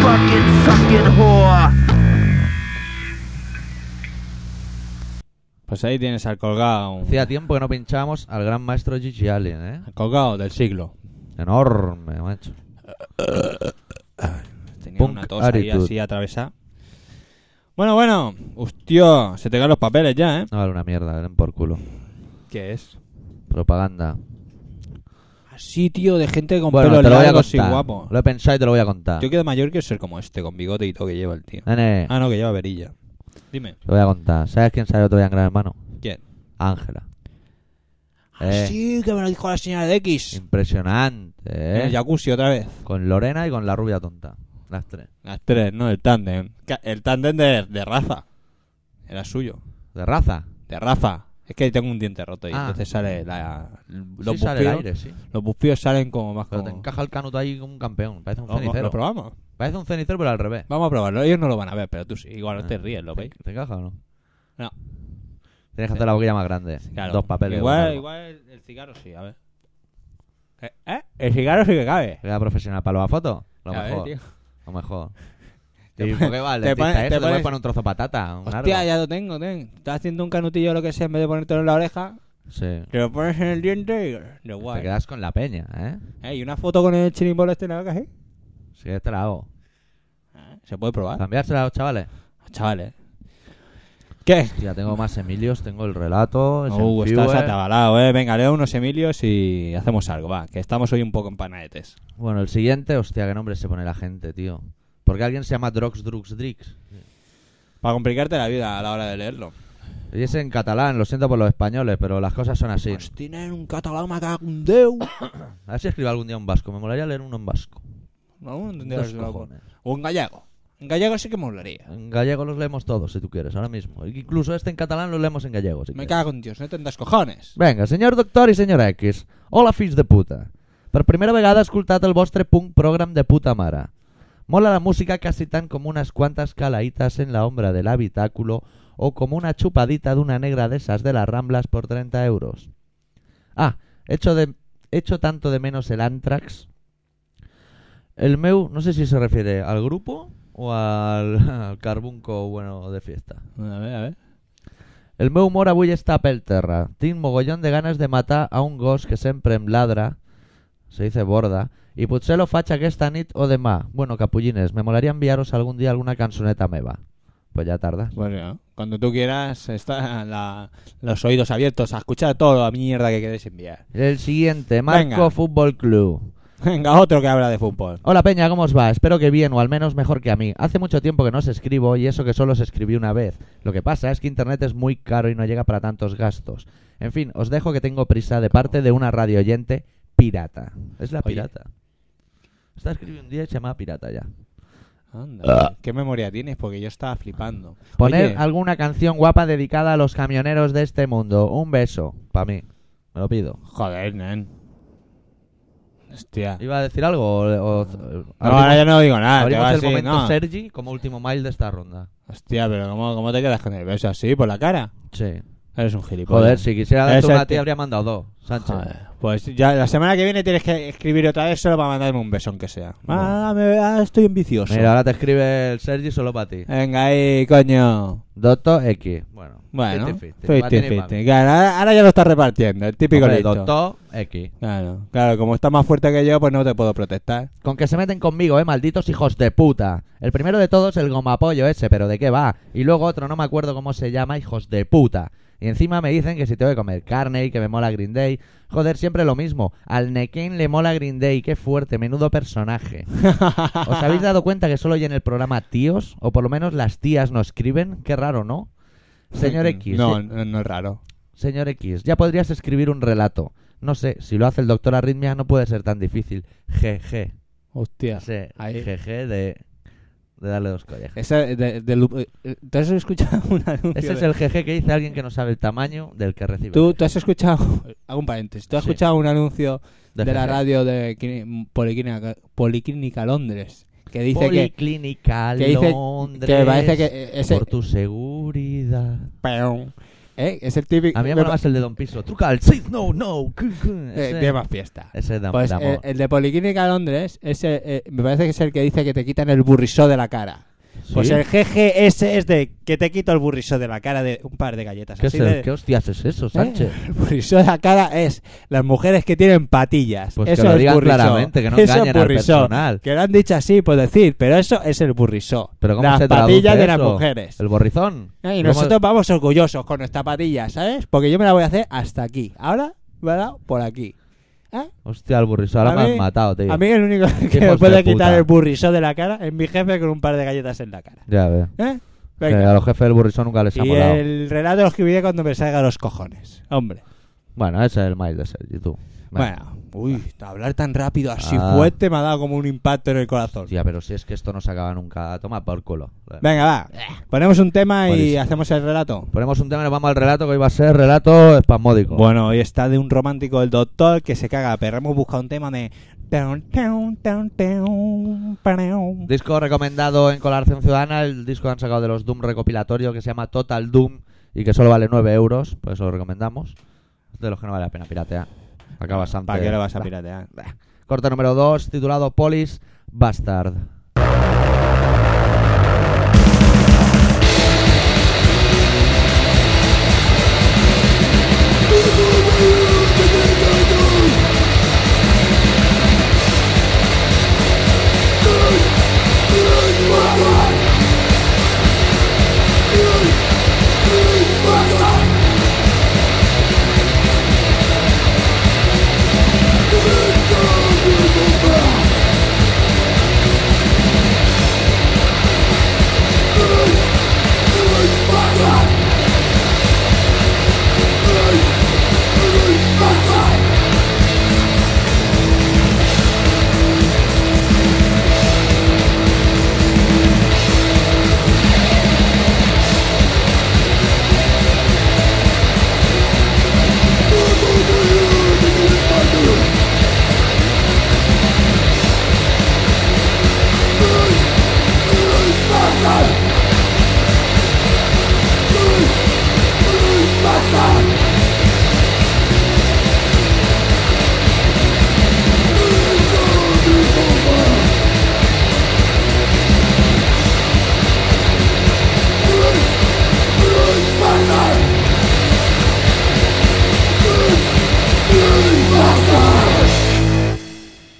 S4: Fucking sucking whore!
S2: Pues ahí tienes al colgado.
S1: Hacía tiempo que no pinchábamos al gran maestro Gigi Allen, ¿eh?
S2: Al colgado del siglo.
S1: Enorme, macho.
S2: Tenía
S1: Punk
S2: una tos ahí
S1: attitude.
S2: así atravesada. Bueno, bueno. Hostia, se te caen los papeles ya, ¿eh?
S1: No vale una mierda, ven por culo.
S2: ¿Qué es?
S1: Propaganda.
S2: Así, tío, de gente con
S1: Bueno,
S2: pelo
S1: te lo voy a
S2: largo, así
S1: contar.
S2: guapo.
S1: Lo he pensado y te lo voy a contar.
S2: Yo quedo mayor que ser como este, con bigote y todo que lleva el tío.
S1: Nene,
S2: Ah, no, que lleva verilla. Dime.
S1: te voy a contar. ¿Sabes quién salió otro día en Gran Hermano?
S2: ¿Quién?
S1: Ángela.
S2: Ah,
S1: Eh,
S2: Sí, que me lo dijo la señora de X.
S1: Impresionante,
S2: En
S1: ¿eh?
S2: el jacuzzi otra vez.
S1: Con Lorena y con la rubia tonta. Las tres.
S2: Las tres, ¿no? El tándem. Ca- El tándem de, de raza. Era suyo.
S1: De raza.
S2: De raza. Es que tengo un diente roto y
S1: Ah.
S2: entonces sale la... Los
S1: Sí sale el
S2: bufios-
S1: aire, sí.
S2: Los bufios salen como más
S1: Pero te
S2: como...
S1: encaja el canuto ahí como un campeón. Parece un
S2: Vamos,
S1: cenicero.
S2: ¿Lo probamos?
S1: Parece un cenicero, pero al revés.
S2: Vamos a probarlo. Ellos no lo van a ver, pero tú sí.
S1: Ah.
S2: Igual no te ríes, ¿lo
S1: ¿Te,
S2: veis?
S1: te encaja o no?
S2: No.
S1: Tienes que hacer la boquilla más grande.
S2: Claro.
S1: Dos papeles. o
S2: Igual,
S1: algo.
S2: igual el, el cigarro sí, a ver. ¿Eh? ¿Eh? El cigarro sí que cabe.
S1: Queda profesional para los fotos. Lo
S2: A ver,
S1: mejor.
S2: tío.
S1: lo mejor.
S2: Te
S1: ¿Y
S2: pon-
S1: por qué va? el
S2: te
S1: dentista
S2: pones- te
S1: ese? Te puedes
S2: pones-
S1: poner un trozo de patata. Un
S2: Hostia,
S1: árbol.
S2: ya lo tengo, ten. Estás haciendo un canutillo o lo que sea en vez de ponértelo en la oreja.
S1: Sí.
S2: Te lo pones en el diente y... De
S1: Te
S2: guay.
S1: quedas con la peña, ¿eh?
S2: Eh, ¿Y una foto con el chirimbolo este en la boca, sí?
S1: Si quieres te la hago.
S2: ¿Se puede probar?
S1: este Cambiársela a los chavales.
S2: Chavales. ¿Qué?
S1: Ya tengo más Emilios, tengo el relato. el
S2: Uh,
S1: Senfiewer.
S2: estás atabalado, eh. Venga, leo unos Emilios y hacemos algo, va. Que estamos hoy un poco en panadetes.
S1: Bueno, el siguiente, hostia, qué nombre se pone la gente, tío. Porque alguien se llama Drox, Drux, Drix.
S2: Para complicarte la vida a la hora de leerlo.
S1: Y es en catalán, lo siento por los españoles, pero las cosas son así.
S2: Hostia, en Pues un catalán me cago un deu.
S1: A ver si escribo algún día un vasco. Me molaría leer uno en vasco.
S2: No, no entendía lo
S1: Dos
S2: que hago.
S1: cojones.
S2: O un gallego. Un gallego sí que me molaría.
S1: En gallego los leemos todos, si tú quieres, ahora mismo. Incluso este en catalán lo leemos en gallego. si
S2: Me
S1: quieres.
S2: cago en Dios, no tendrás cojones.
S1: Vinga, senyor doctor i senyora X, hola fills de puta. Per primera vegada he escoltat el vostre punk program de puta mare. Mola la música casi tan como unas cuantas calaitas en la sombra del habitáculo o como una chupadita de una negra de esas de las Ramblas por 30 euros. Ah, echo, de, echo tanto de menos el Antrax. El meu, no sé si se refiere al grupo o al, al carbunco bueno de fiesta.
S2: A ver, a ver.
S1: El meu humor avui està pel terra. Tinc mogollon de ganes de matar a un gos que sempre em ladra, se dice borda, i potser lo faig aquesta nit o demà. Bueno, capullines, me molaria enviaros algun dia alguna cançoneta meva. Pues ya tardas.
S2: Bueno, cuando tú quieras, está la- los oídos abiertos a escuchar toda la mierda que queréis enviar.
S1: El siguiente, Marco
S2: Venga.
S1: Fútbol Club.
S2: Venga, otro que habla de fútbol.
S1: Hola Peña, ¿cómo os va? Espero que bien o al menos mejor que a mí. Hace mucho tiempo que no os escribo y eso que solo os escribí una vez. Lo que pasa es que internet es muy caro y no llega para tantos gastos. En fin, os dejo que tengo prisa de parte de una radio oyente pirata. Es la
S2: Oye.
S1: pirata. Está escribiendo un día y se llama pirata ya.
S2: Anda, ¿qué memoria tienes? Porque yo estaba flipando.
S1: Poner
S2: Oye,
S1: alguna canción guapa dedicada a los camioneros de este mundo. Un beso, para mí. Me lo pido.
S2: Joder, nen. Hostia.
S1: ¿Iba a decir algo? O, o-
S2: No, ahora ya no digo nada. Te
S1: abrimos
S2: vas
S1: el
S2: así,
S1: momento
S2: no.
S1: Sergi como último mile de esta ronda.
S2: Hostia, pero ¿cómo, ¿cómo te quedas con el beso así? ¿Por la cara?
S1: Sí.
S2: Eres un gilipollas.
S1: Joder, si quisiera darte
S2: Ese
S1: una
S2: tío-
S1: tía habría mandado dos, Sánchez.
S2: Joder, Pues ya la semana que viene tienes que escribir otra vez solo para mandarme un beso, aunque sea. Ah, me- ah, estoy ambicioso.
S1: Mira, ahora te escribe el Sergi solo para ti.
S2: Venga ahí, coño.
S1: Doctor X. Bueno,
S2: Bueno,
S1: 50-50, pa' ti ni
S2: 50-50.
S1: pa' mí.
S2: Claro, ahora, ahora ya lo estás repartiendo, el típico
S1: Hombre,
S2: listo.
S1: Doctor X.
S2: Claro, claro, como estás más fuerte que yo, pues no te puedo protestar.
S1: Con que se meten conmigo, eh, malditos hijos de puta. El primero de todos, el gomapollo ese, pero ¿de qué va? Y luego otro, no me acuerdo cómo se llama, hijos de puta. Y encima me dicen que si tengo que comer carne y que me mola Green Day. Joder, siempre lo mismo. Al Nequén le mola Green Day, qué fuerte, menudo personaje. ¿Os habéis dado cuenta que solo oyen el programa tíos? O por lo menos las tías no escriben. Qué raro, ¿no? Señor X.
S2: Mm, No,
S1: eh,
S2: no, no es raro.
S1: Señor X, ya podrías escribir un relato. No sé, si lo hace el doctor Arritmia no puede ser tan difícil. GG.
S2: Hostia.
S1: Ese
S2: ahí.
S1: GG de, de darle dos collejas.
S2: Esa de, de lu- eh, ¿Tú has escuchado un anuncio?
S1: Ese es
S2: de-
S1: el GG que dice alguien que no sabe el tamaño del que recibe.
S2: ¿Tú, tú has escuchado... Hago un paréntesis. ¿Tú has
S1: Sí.
S2: escuchado un anuncio de, la
S1: GG.
S2: radio de Cli- Policlínica, Policlínica Londres? Que dice que...
S1: Policlínica
S2: que dice- que
S1: Londres.
S2: Que parece que eh, ese...
S1: Por tu seguridad.
S2: Peón. ¿Eh? Es el típico...
S1: A mí me mola más el de Don Piso. Truca el 6, no, no.
S2: Eh,
S1: Ese,
S2: tiene más fiesta.
S1: ese da,
S2: Pues
S1: da
S2: eh,
S1: amor.
S2: el de Policlínica Londres, ese, eh, me parece que es el que dice que te quitan el burrisó de la cara. Pues
S1: Sí.
S2: el GGS es de que te quito el burriso de la cara de un par de galletas.
S1: ¿Qué,
S2: así
S1: es el-
S2: de-
S1: qué hostias es eso, Sánchez?
S2: ¿Eh? El burriso de la cara es las mujeres que tienen patillas.
S1: Pues que
S2: eso
S1: lo
S2: es
S1: digan
S2: burriso.
S1: claramente, que no
S2: Eso es
S1: engañen al
S2: burriso.
S1: personal.
S2: Que lo han dicho así, por decir, pero eso es el burriso.
S1: ¿Pero cómo
S2: las
S1: se traduce
S2: patillas de las
S1: eso?
S2: mujeres.
S1: ¿El borrizón?
S2: Eh, Y
S1: ¿Cómo-
S2: nosotros vamos orgullosos con nuestra patilla, ¿sabes? Porque yo me la voy a hacer hasta aquí. Ahora me la he dado por aquí. ¿Eh?
S1: Hostia, el burrizo, ahora
S2: A
S1: me
S2: mí-
S1: han matado, tío.
S2: A mí el único que
S1: Hijos
S2: me
S1: de
S2: puede
S1: puta.
S2: quitar el burriso de la cara es mi jefe con un par de galletas en la cara.
S1: Ya ves.
S2: ¿Eh?
S1: Que
S2: Venga.
S1: a los jefes del burrizo nunca les ha
S2: Y
S1: molado.
S2: el relato lo escribiré cuando me salga los cojones. Hombre.
S1: Bueno, ese es el mail de Sergi, tú. Venga.
S2: Bueno, uy, hablar tan rápido así
S1: Ah.
S2: fuerte me ha dado como un impacto en el corazón.
S1: Hostia, pero si es que esto no se acaba nunca. Toma por culo.
S2: Venga, va. Ponemos un tema y
S1: Eh. Buenísimo.
S2: hacemos el relato.
S1: Ponemos un tema y nos vamos al relato, que hoy va a ser relato espasmódico.
S2: Bueno, hoy está de un romántico el doctor que se caga, pero hemos buscado un tema de...
S1: Disco recomendado en Colaboración Ciudadana, el disco que han sacado de los Doom recopilatorio que se llama Total Doom y que solo vale 9 euros, pues eso lo recomendamos. Es De los que no vale la pena piratear. Acabas antes.
S2: ¿Para qué lo vas a
S1: Bah,
S2: piratear?
S1: bah. Corte número 2, titulado Polis Bastard.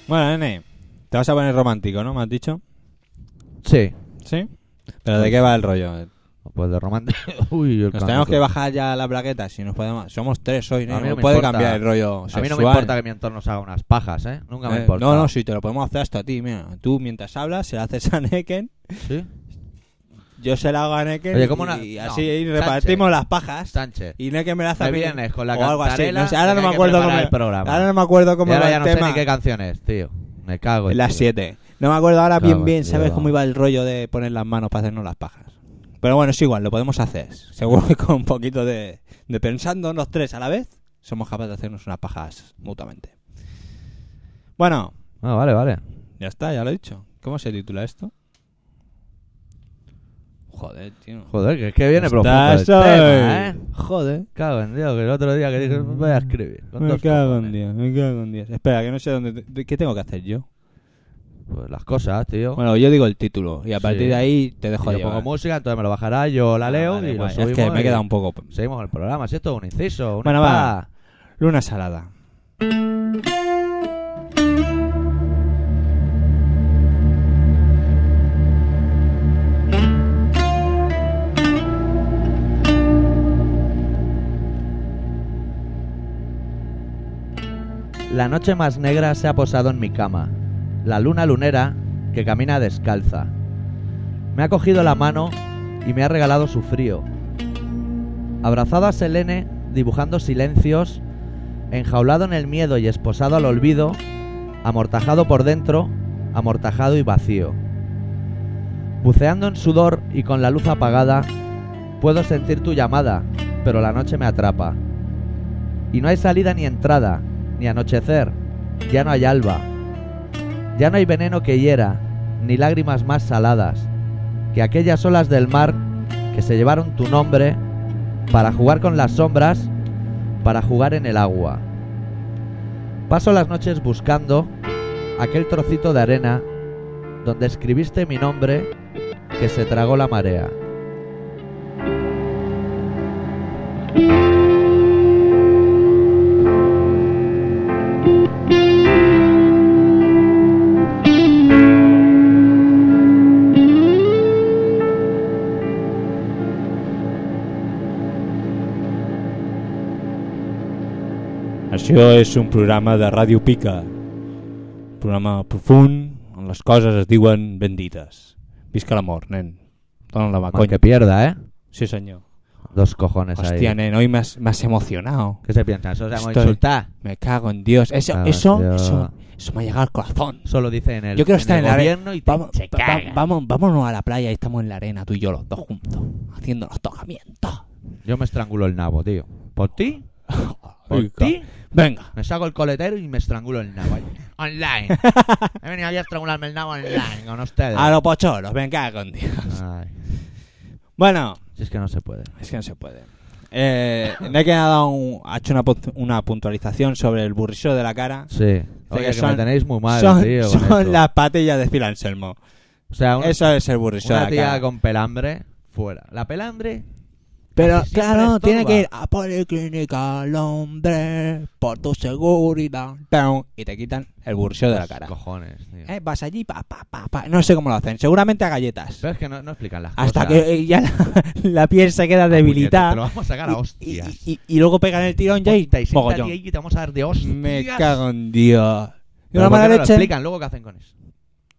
S2: Bueno, nene, te vas a poner romántico, ¿no? ¿Me has dicho?
S1: Sí.
S2: ¿Sí? ¿Pero de qué va el rollo?
S1: Pues de romántico. Uy, el
S2: Nos
S1: canuto.
S2: tenemos que bajar ya la plaqueta, si nos podemos... Somos tres hoy,
S1: A mí
S2: ¿no?
S1: no
S2: No
S1: me
S2: puede
S1: importa.
S2: cambiar el rollo
S1: A mí no me
S2: sexual.
S1: importa que mi entorno se haga unas pajas, ¿eh? Nunca me
S2: Eh,
S1: importa.
S2: No, no, si te lo podemos hacer hasta a ti, mira. Tú mientras hablas, se la haces a Neken,
S1: ¿Sí?
S2: yo se la hago a Neken
S1: Oye,
S2: y,
S1: ¿cómo una-
S2: y
S1: no,
S2: así
S1: Sánchez.
S2: repartimos las pajas
S1: Sánchez.
S2: y Neken me la hace
S1: Me
S2: a mí
S1: vienes con la
S2: o algo así.
S1: cantarela
S2: No sé, ahora
S1: de
S2: no
S1: que
S2: me
S1: hay que
S2: acuerdo
S1: preparar
S2: cómo
S1: el programa.
S2: Ahora no me acuerdo cómo
S1: Y ahora
S2: va
S1: ya
S2: el
S1: no
S2: tema.
S1: sé ni qué canción es, tío. Me cago. en
S2: las
S1: todo.
S2: 7. No me acuerdo ahora bien
S1: Cago en
S2: bien,
S1: Dios.
S2: ¿sabes cómo iba el rollo de poner las manos para hacernos las pajas? Pero bueno, es igual, lo podemos hacer. Seguro que con un poquito de, de pensando los tres a la vez, somos capaces de hacernos unas pajas mutuamente. Bueno,
S1: Ah, vale, vale.
S2: Ya está, ya lo he dicho. ¿Cómo se titula esto? Joder, tío.
S1: Joder, que es que viene
S2: Estás
S1: profundo el
S2: hoy.
S1: tema, ¿eh?
S2: Joder.
S1: Cago en Dios, que el otro día que dije, voy a escribir. con
S2: Me
S1: dos
S2: cago en
S1: cojones".
S2: Dios, me cago en Dios. Espera, que no sé dónde... de- ¿Qué tengo que hacer yo?
S1: Pues las cosas, tío.
S2: Bueno, yo digo el título y a
S1: Sí.
S2: partir de ahí te
S1: Y
S2: dejo
S1: yo
S2: llevar.
S1: pongo música, entonces me lo bajará, yo la
S2: Ah,
S1: leo
S2: vale,
S1: y lo
S2: guay.
S1: subimos.
S2: Es que me
S1: y
S2: queda un poco...
S1: Seguimos con el programa, si esto es un inciso, una
S2: Bueno, va.
S1: pa.
S2: Luna salada.
S1: La noche más negra se ha posado en mi cama. La luna lunera que camina descalza. Me ha cogido la mano y me ha regalado su frío. Abrazado a Selene, dibujando silencios, enjaulado en el miedo y esposado al olvido, amortajado por dentro, amortajado y vacío. Buceando en sudor y con la luz apagada, puedo sentir tu llamada, pero la noche me atrapa. Y no hay salida ni entrada, ni anochecer, ya no hay alba. Ya no hay veneno que hiera, ni lágrimas más saladas, que aquellas olas del mar que se llevaron tu nombre para jugar con las sombras, para jugar en el agua. Paso las noches buscando aquel trocito de arena donde escribiste mi nombre que se tragó la marea.
S2: Això és un programa de Ràdio Pica. Programa profund, on les coses es diuen ben dites. Visca l'amor, nen. Dóna'm la mà,
S1: Mal
S2: cony.
S1: que pierda, ¿eh?
S2: Sí, senyor.
S1: Dos cojones
S2: Hostia,
S1: ahí.
S2: nen, hoy me has, me has emocionado.
S1: ¿Qué se piensa? Eso se llama
S2: Estoy-
S1: insultar.
S2: Me cago en Dios. Eso,
S1: Ah,
S2: eso,
S1: yo-
S2: eso, eso me ha llegado al corazón.
S1: Solo dice en el,
S2: Yo quiero estar
S1: el
S2: en la arena.
S1: gobierno y te-
S2: Vamos,
S1: se
S2: va-
S1: caga.
S2: vamos, vámonos a la playa y estamos en la arena, tú y yo los dos juntos, haciendo los tocamientos.
S1: Yo me estrangulo el nabo, tío. ¿Por ti? ¿Por
S2: Venga.
S1: ti?
S2: Venga.
S1: Me saco el coletero y me estrangulo el nabo. ahí. Online. He venido aquí a estrangularme el nabo online con ustedes.
S2: A los pocholos, venga con Dios.
S1: Ay,
S2: Bueno,
S1: si es que no se puede.
S2: es que no se puede. Eh, me he quedado un- ha hecho una, punt- una puntualización sobre el burriso de la cara.
S1: Sí. Oye, que,
S2: que son-
S1: me tenéis muy mal,
S2: son
S1: tío. con
S2: son
S1: esto.
S2: las patillas de Phil Anselmo.
S1: O sea, un-
S2: Eso es el burriso de
S1: una
S2: la cara.
S1: tía con pelambre fuera. La pelambre
S2: Pero
S1: Casi siempre
S2: claro, tiene
S1: estorba.
S2: que ir a Policlínica Londres por tu seguridad. ¡Pam! Y te quitan el burriso de la
S1: los
S2: cara.
S1: Cojones, tío.
S2: Eh, vas allí, pa, pa, pa, pa. No sé cómo lo hacen. Seguramente a galletas.
S1: Pero es que no, no explican las
S2: Hasta
S1: cosas.
S2: que eh, ya la, la piel se queda
S1: Puñeta, Te lo
S2: debilitada.
S1: vamos a sacar a
S2: Y,
S1: hostias.
S2: y- y luego pegan el tirón ya y
S1: Hostia, y siéntate
S2: mogollón.
S1: ahí que te vamos a dar de hostias.
S2: Me cago en Dios. Y
S1: Pero
S2: una
S1: ¿por qué
S2: mala
S1: no lo
S2: leche.
S1: explican luego qué hacen con eso.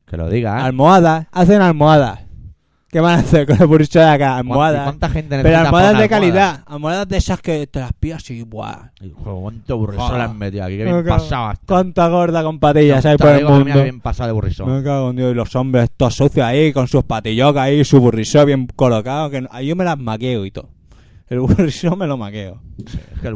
S1: Que lo diga. ¿eh?
S2: Almohadas. Hacen almohadas. ¿Qué van a hacer con el burricho de la cara?
S1: ¿Cuánta-
S2: Almohadas.
S1: ¿Cuánta gente
S2: Pero
S1: necesita
S2: almohadas
S1: poner
S2: de calidad. Almohadas de esas que te las pillas y buah.
S1: Y, joder, cuánto burrisola
S2: Joder.
S1: han metido aquí. Qué
S2: Me
S1: bien
S2: cago-
S1: pasado.
S2: Cuánta gorda con patillas hay por el mundo.
S1: Mira, bien pasado de burrisola.
S2: Me cago en Dios, y los hombres todos sucios ahí, con sus patillocas ahí, su burrisó bien colocado, que no- ahí yo me las maqueo y todo. El burrisó me lo maqueo.
S1: Es que el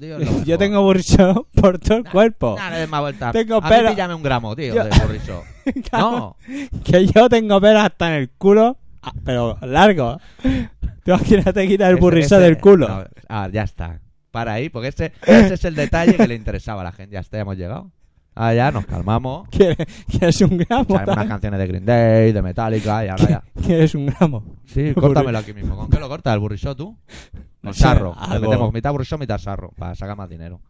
S1: tío.
S2: Yo tengo burrisó por todo el cuerpo.
S1: Dale más vuelta.
S2: Tengo
S1: a mí
S2: pelo.
S1: píllame un gramo, tío,
S2: Yo-
S1: de burriso. no.
S2: Que yo tengo pelos hasta en el culo, ah, pero largo. Tú imagínate quitar el
S1: Ese-
S2: burrisó
S1: ese-
S2: del culo.
S1: no, ah, ya está. Para ahí, porque ese, ese es el detalle que le interesaba a la gente. Ya está, ya hemos llegado. Ah, ya, nos calmamos.
S2: ¿Quieres, quieres un gramo?
S1: Sabemos unas canciones de Green Day, de Metallica, y ahora ya.
S2: ¿Quieres un gramo?
S1: Sí, córtamelo aquí mismo. ¿Con qué lo cortas? ¿El burriso tú? Con sarro. Le
S2: Algo.
S1: metemos mitad burriso, mitad sarro. Para sacar más dinero.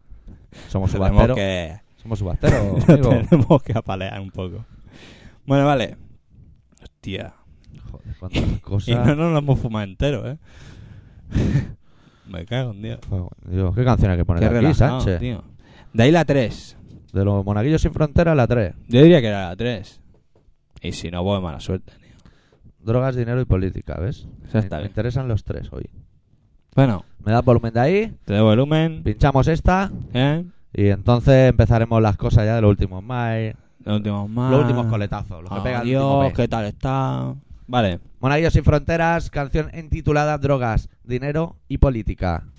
S1: Somos
S2: Tenemos
S1: subasteros.
S2: que...
S1: Somos subasteros,
S2: Lo
S1: amigo.
S2: tenemos que apalear un poco. Bueno, vale. Hostia.
S1: Joder, cuántas
S2: Y no
S1: cosas.
S2: nos lo hemos fumado entero, ¿eh? Me cago en Dios.
S1: Fuego. Dios, qué canción hay que poner
S2: Qué
S1: aquí,
S2: relajado,
S1: Sánchez.
S2: tío. De ahí la 3.
S1: De los monaguillos sin frontera, la 3.
S2: Yo diría que era la 3. Y si no, pues mala suerte, tío.
S1: Drogas, dinero y política, ¿ves?
S2: Esa está
S1: me, me
S2: bien.
S1: interesan los tres hoy.
S2: Bueno,
S1: Me das volumen de ahí,
S2: te doy volumen.
S1: pinchamos esta
S2: ¿Eh?
S1: y entonces empezaremos las cosas ya de los últimos mai,
S2: Los últimos más.
S1: los últimos coletazos, los que pegan el último
S2: Adiós,
S1: mes.
S2: ¿qué tal está? Vale.
S1: Monaguillos sin fronteras, canción intitulada Drogas, dinero y política.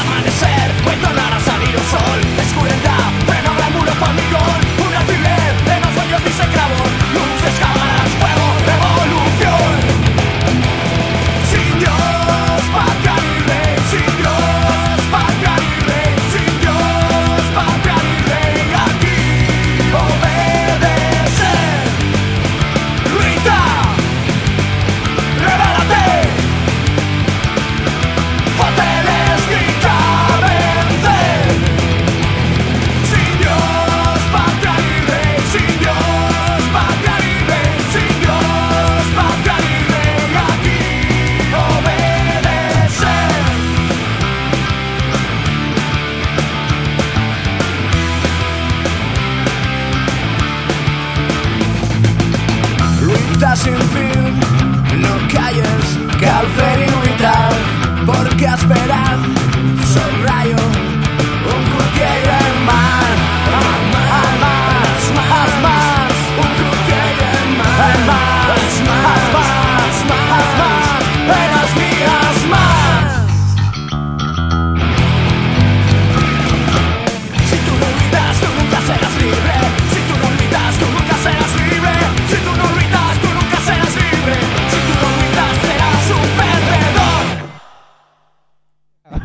S5: Amanecer, cuento nada salir un sol Escuridad, freno gran muro formigón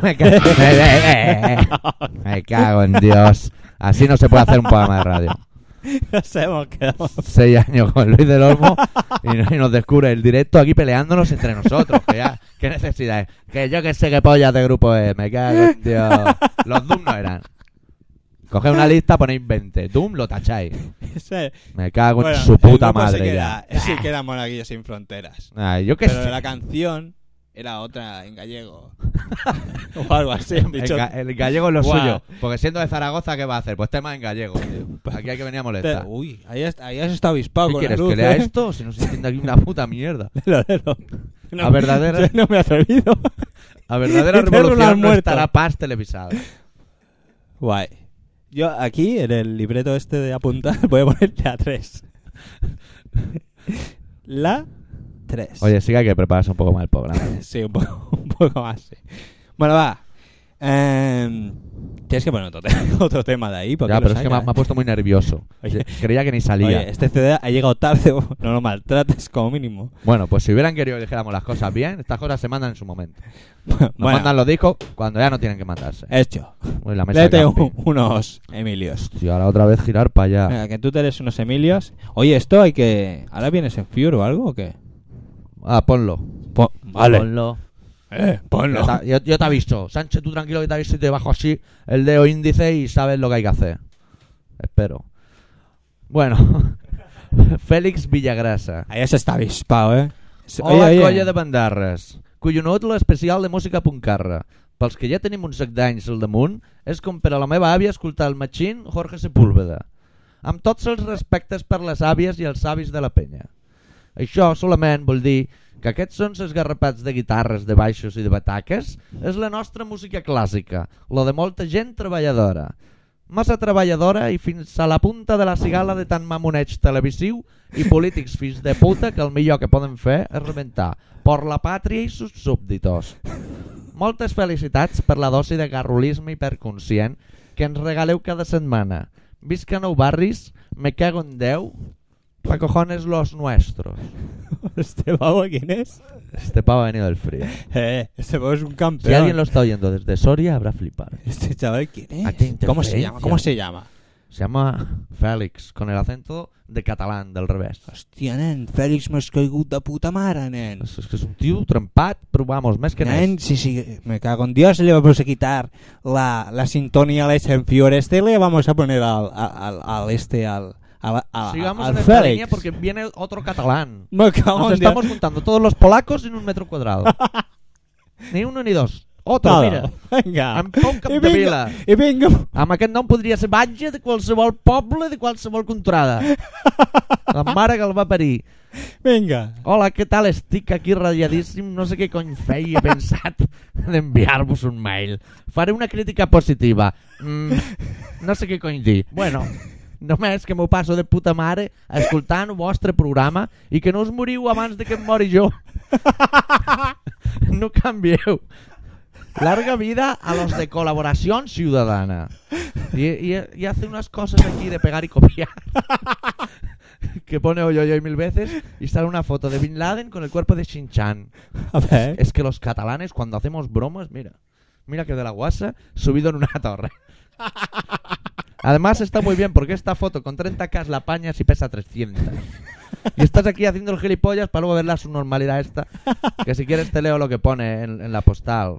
S1: Me cago, eh, eh, eh, eh. Me cago en Dios. Así no se puede hacer un programa de radio.
S2: Nos hemos quedado.
S1: Seis años con Luis del Olmo y, no- y nos descubre el directo aquí peleándonos entre nosotros. Que ya, ¿Qué necesidad es? Que yo que sé qué pollas de grupo es. Me cago en Dios. Los Doom no eran. Coged una lista, ponéis 20. Doom lo tacháis.
S2: Ese-
S1: Me cago
S2: bueno,
S1: en su
S2: el
S1: puta
S2: grupo
S1: madre
S2: Se
S1: ya.
S2: queda, se queda Monaguillo sin fronteras.
S1: Ay, yo qué
S2: Pero
S1: sé.
S2: la canción era otra en gallego. o algo así. han
S1: El,
S2: dicho.
S1: ga- el gallego es lo
S2: Guau.
S1: suyo. Porque siendo de Zaragoza, ¿qué va a hacer? Pues tema en gallego, tío. Aquí hay que venir a molestar.
S2: Uy, ahí has, ahí has estado avispado
S1: ¿Qué
S2: con la
S1: quieres?
S2: luz.
S1: ¿Que lea
S2: ¿eh?
S1: esto? Si no se entiende aquí una puta mierda.
S2: Lelo, lelo. No,
S1: La verdadera-
S2: yo no me he atrevido.
S1: La verdadera
S2: Dice Ronald
S1: revolución no
S2: Muerto.
S1: estará paz televisada.
S2: Guay. Yo aquí, en el libreto este de apuntar, voy a ponerle a 3. La 3.
S1: Oye, sí que hay que prepararse un poco más el programa.
S2: Sí, un poco, un poco más. sí. Bueno, va. Em, tienes que poner otro, te- otro tema de ahí. porque
S1: Ya,
S2: lo
S1: pero es que me,
S2: sacas.
S1: ha- me ha puesto muy nervioso.
S2: Oye.
S1: Creía que ni salía.
S2: Oye, este CD ha llegado tarde. No lo maltrates, como mínimo.
S1: Bueno, pues si hubieran querido que dijéramos las cosas bien, estas cosas se mandan en su momento.
S2: Bueno,
S1: Nos mandan los discos cuando ya no tienen que mandarse.
S2: hecho.
S1: Uy, la mesa de
S2: Léete
S1: camping.
S2: un- unos Emilios.
S1: Tío, ahora otra vez girar para allá.
S2: Venga, que tú te lees unos Emilios. Oye, esto hay que. ¿Ahora vienes en Fiore o algo o qué?
S1: Ah, ponlo.
S2: Po-
S1: Ponlo.
S2: Eh,
S1: Yo, te- yo- yo te aviso. Sánchez, tú tranquilo que te aviso y te bajo así el dedo índice y sabes lo que hay que hacer. Espero. Bueno. Félix Villagrasa.
S2: Ahí se está avispado, eh. S-
S1: Hola, colla de bandarres. Collonut l'especial de música puncarra. Pels que ja tenim un sac d'anys al damunt, és com per a la meva àvia escoltar el matxín Jorge Sepúlveda. Amb tots els respectes per les àvies i els savis de la penya. Això solament vol dir que aquests sons esgarrapats de guitarres, de baixos i de bataques és la nostra música clàssica, la de molta gent treballadora. Massa treballadora i fins a la punta de la cigala de tant mamoneig televisiu i polítics fills de puta que el millor que poden fer és rebentar por la pàtria i sus súbditos. Moltes felicitats per la dosi de garrulisme hiperconscient que ens regaleu cada setmana. Visca nou barris, me cago en Déu, pa cojones los nuestros.
S2: ¿Este pavo quién es?
S1: Este pavo ha venido del frío.
S2: Eh, este pavo es un
S1: Si
S2: campeón.
S1: alguien lo está oyendo desde Soria, habrá flipado.
S2: Este chaval, ¿quién
S1: ¿A
S2: es?
S1: qué
S2: ¿Cómo se
S1: interferencia?
S2: llama? ¿Cómo se llama?
S1: Se llama Félix, con el acento de catalán del revés.
S2: Hostia, nen, Félix m'has caigut de puta mare, nen.
S1: Es, es que es un tío trempat, pero vamos, más que
S2: Nen,
S1: nada.
S2: sí, sí, me cago en Dios, le vamos a quitar la, la sintonía al Fiore este, le vamos a poner al, al, al- al este, al, al, al,
S1: Sigamos
S2: al
S1: en esta línea
S2: Félix.
S1: porque viene otro catalán.
S2: Me cago
S1: Nos
S2: en Dios.
S1: estamos juntando todos los polacos en un metro cuadrado. ni uno ni dos. Otro,
S2: Todo.
S1: mira.
S2: Vinga.
S1: Em pau cap
S2: I
S1: de
S2: vinga,
S1: vila.
S2: I vinga.
S1: Amb aquest nom podria ser batge de qualsevol poble, de qualsevol contrada. La mare que el va parir.
S2: Vinga.
S1: Hola, què tal? Estic aquí radiadíssim, no sé què cony feia, he pensat d'enviar-vos un mail. Faré una crítica positiva. Mm, no sé què cony dir. Bueno, només que m'ho passo de puta mare escoltant el vostre programa i que no us moriu abans de que em mori jo. No canvieu. Larga vida a los de colaboración ciudadana. Y, y- y hace unas cosas aquí de pegar y copiar. que pone hoy, hoy, hoy mil veces y sale una foto de Bin Laden con el cuerpo de Shin-Chan.
S2: A ver.
S1: Es que los catalanes cuando hacemos bromas, mira, mira que de la guasa subido en una torre. Además está muy bien porque esta foto con 30k la apañas y pesa 300. Y estás aquí haciendo el gilipollas para luego ver la subnormalidad esta. Que si quieres te leo lo que pone en, en la postal.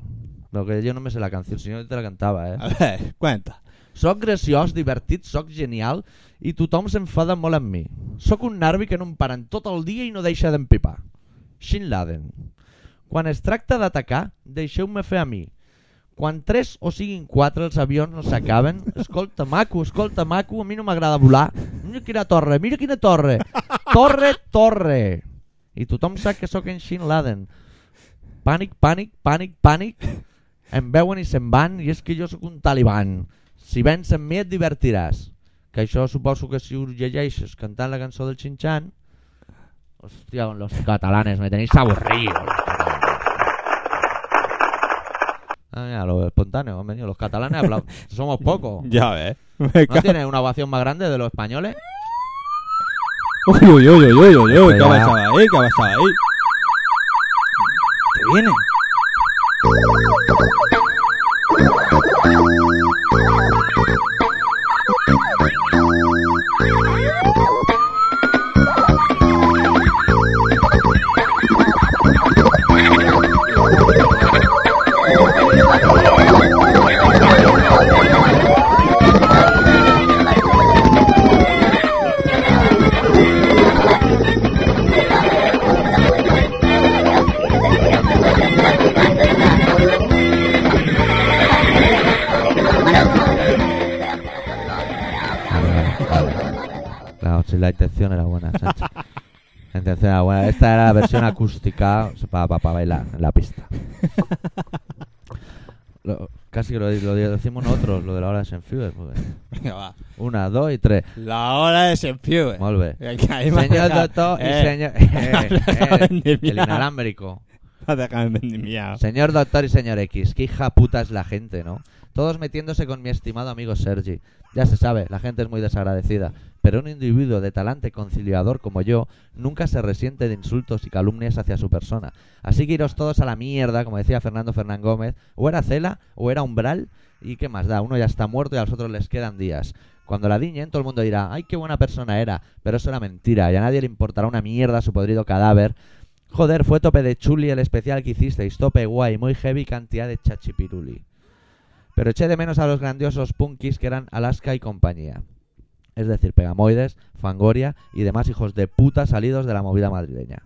S1: Lo que yo no me sé la canción, si no yo te la cantaba, eh.
S2: A ver, cuenta.
S1: Soc graciós, divertit, soc genial i tothom s'enfada molt amb mi. Soc un nervi que no em paren tot el dia i no deixa d'empipar. Shin Laden. Quan es tracta d'atacar, deixeu-me fer a mi. Quan tres o siguin quatre els avions no s'acaben, escolta maco, escolta maco, a mi no m'agrada volar. Mira quina torre, mira quina torre. Torre, torre. I tothom sap que sóc en Shin Laden. Pànic, pànic, pànic, pànic. Em veuen i se'n van i és que jo sóc un taliban. Si vens amb mi et divertiràs. Que això suposo que si ho llegeixes cantant la cançó del Xinxan... Hòstia, con los catalanes, me tenéis aburrido. Los catalanes. Ah, mira, lo espontáneo, han venido los catalanes, aplau- somos pocos.
S2: Ya ves. Me
S1: ¿No
S2: cago.
S1: tienen una ovación más grande de los españoles?
S2: Uy, uy, uy, uy, uy, uy. ¿Qué ha
S1: Cuidado.
S2: pasado ahí? ¿Qué ha pasado ahí? ¿Qué viene?
S1: Claro, si la intención era buena, Sancho. La intención era buena. Esta era la versión acústica para, bailar en la pista. Lo- casi que lo, lo decimos nosotros, lo de la hora de Senfiewer. porque-
S2: Venga, va.
S1: Una, dos y tres.
S2: La hora de Senfiewer.
S1: Molt bé.
S2: Venga, ahí me has
S1: Señor
S2: dejado.
S1: doctor y
S2: Eh,
S1: señor...
S2: me has dejado
S1: eh, eh, el
S2: endemoniado.
S1: inalámbrico.
S2: Me has dejado endemoniado.
S1: Señor doctor y señor X, qué hija puta es la gente, ¿no? Todos metiéndose con mi estimado amigo Sergi. Ya se sabe, la gente es muy desagradecida, pero un individuo de talante conciliador como yo nunca se resiente de insultos y calumnias hacia su persona. Así que iros todos a la mierda, como decía Fernando Fernán Gómez, o era Cela o era Umbral, y qué más da, uno ya está muerto y a los otros les quedan días. Cuando la diñen, todo el mundo dirá, ay, qué buena persona era, pero eso era mentira, y a nadie le importará una mierda su podrido cadáver, Joder, fue tope de chuli el especial que hicisteis. Tope guay, muy heavy cantidad de chachipiruli. Pero eché de menos a los grandiosos punkis que eran Alaska y compañía. Es decir, Pegamoides, Fangoria y demás hijos de puta salidos de la movida madrileña.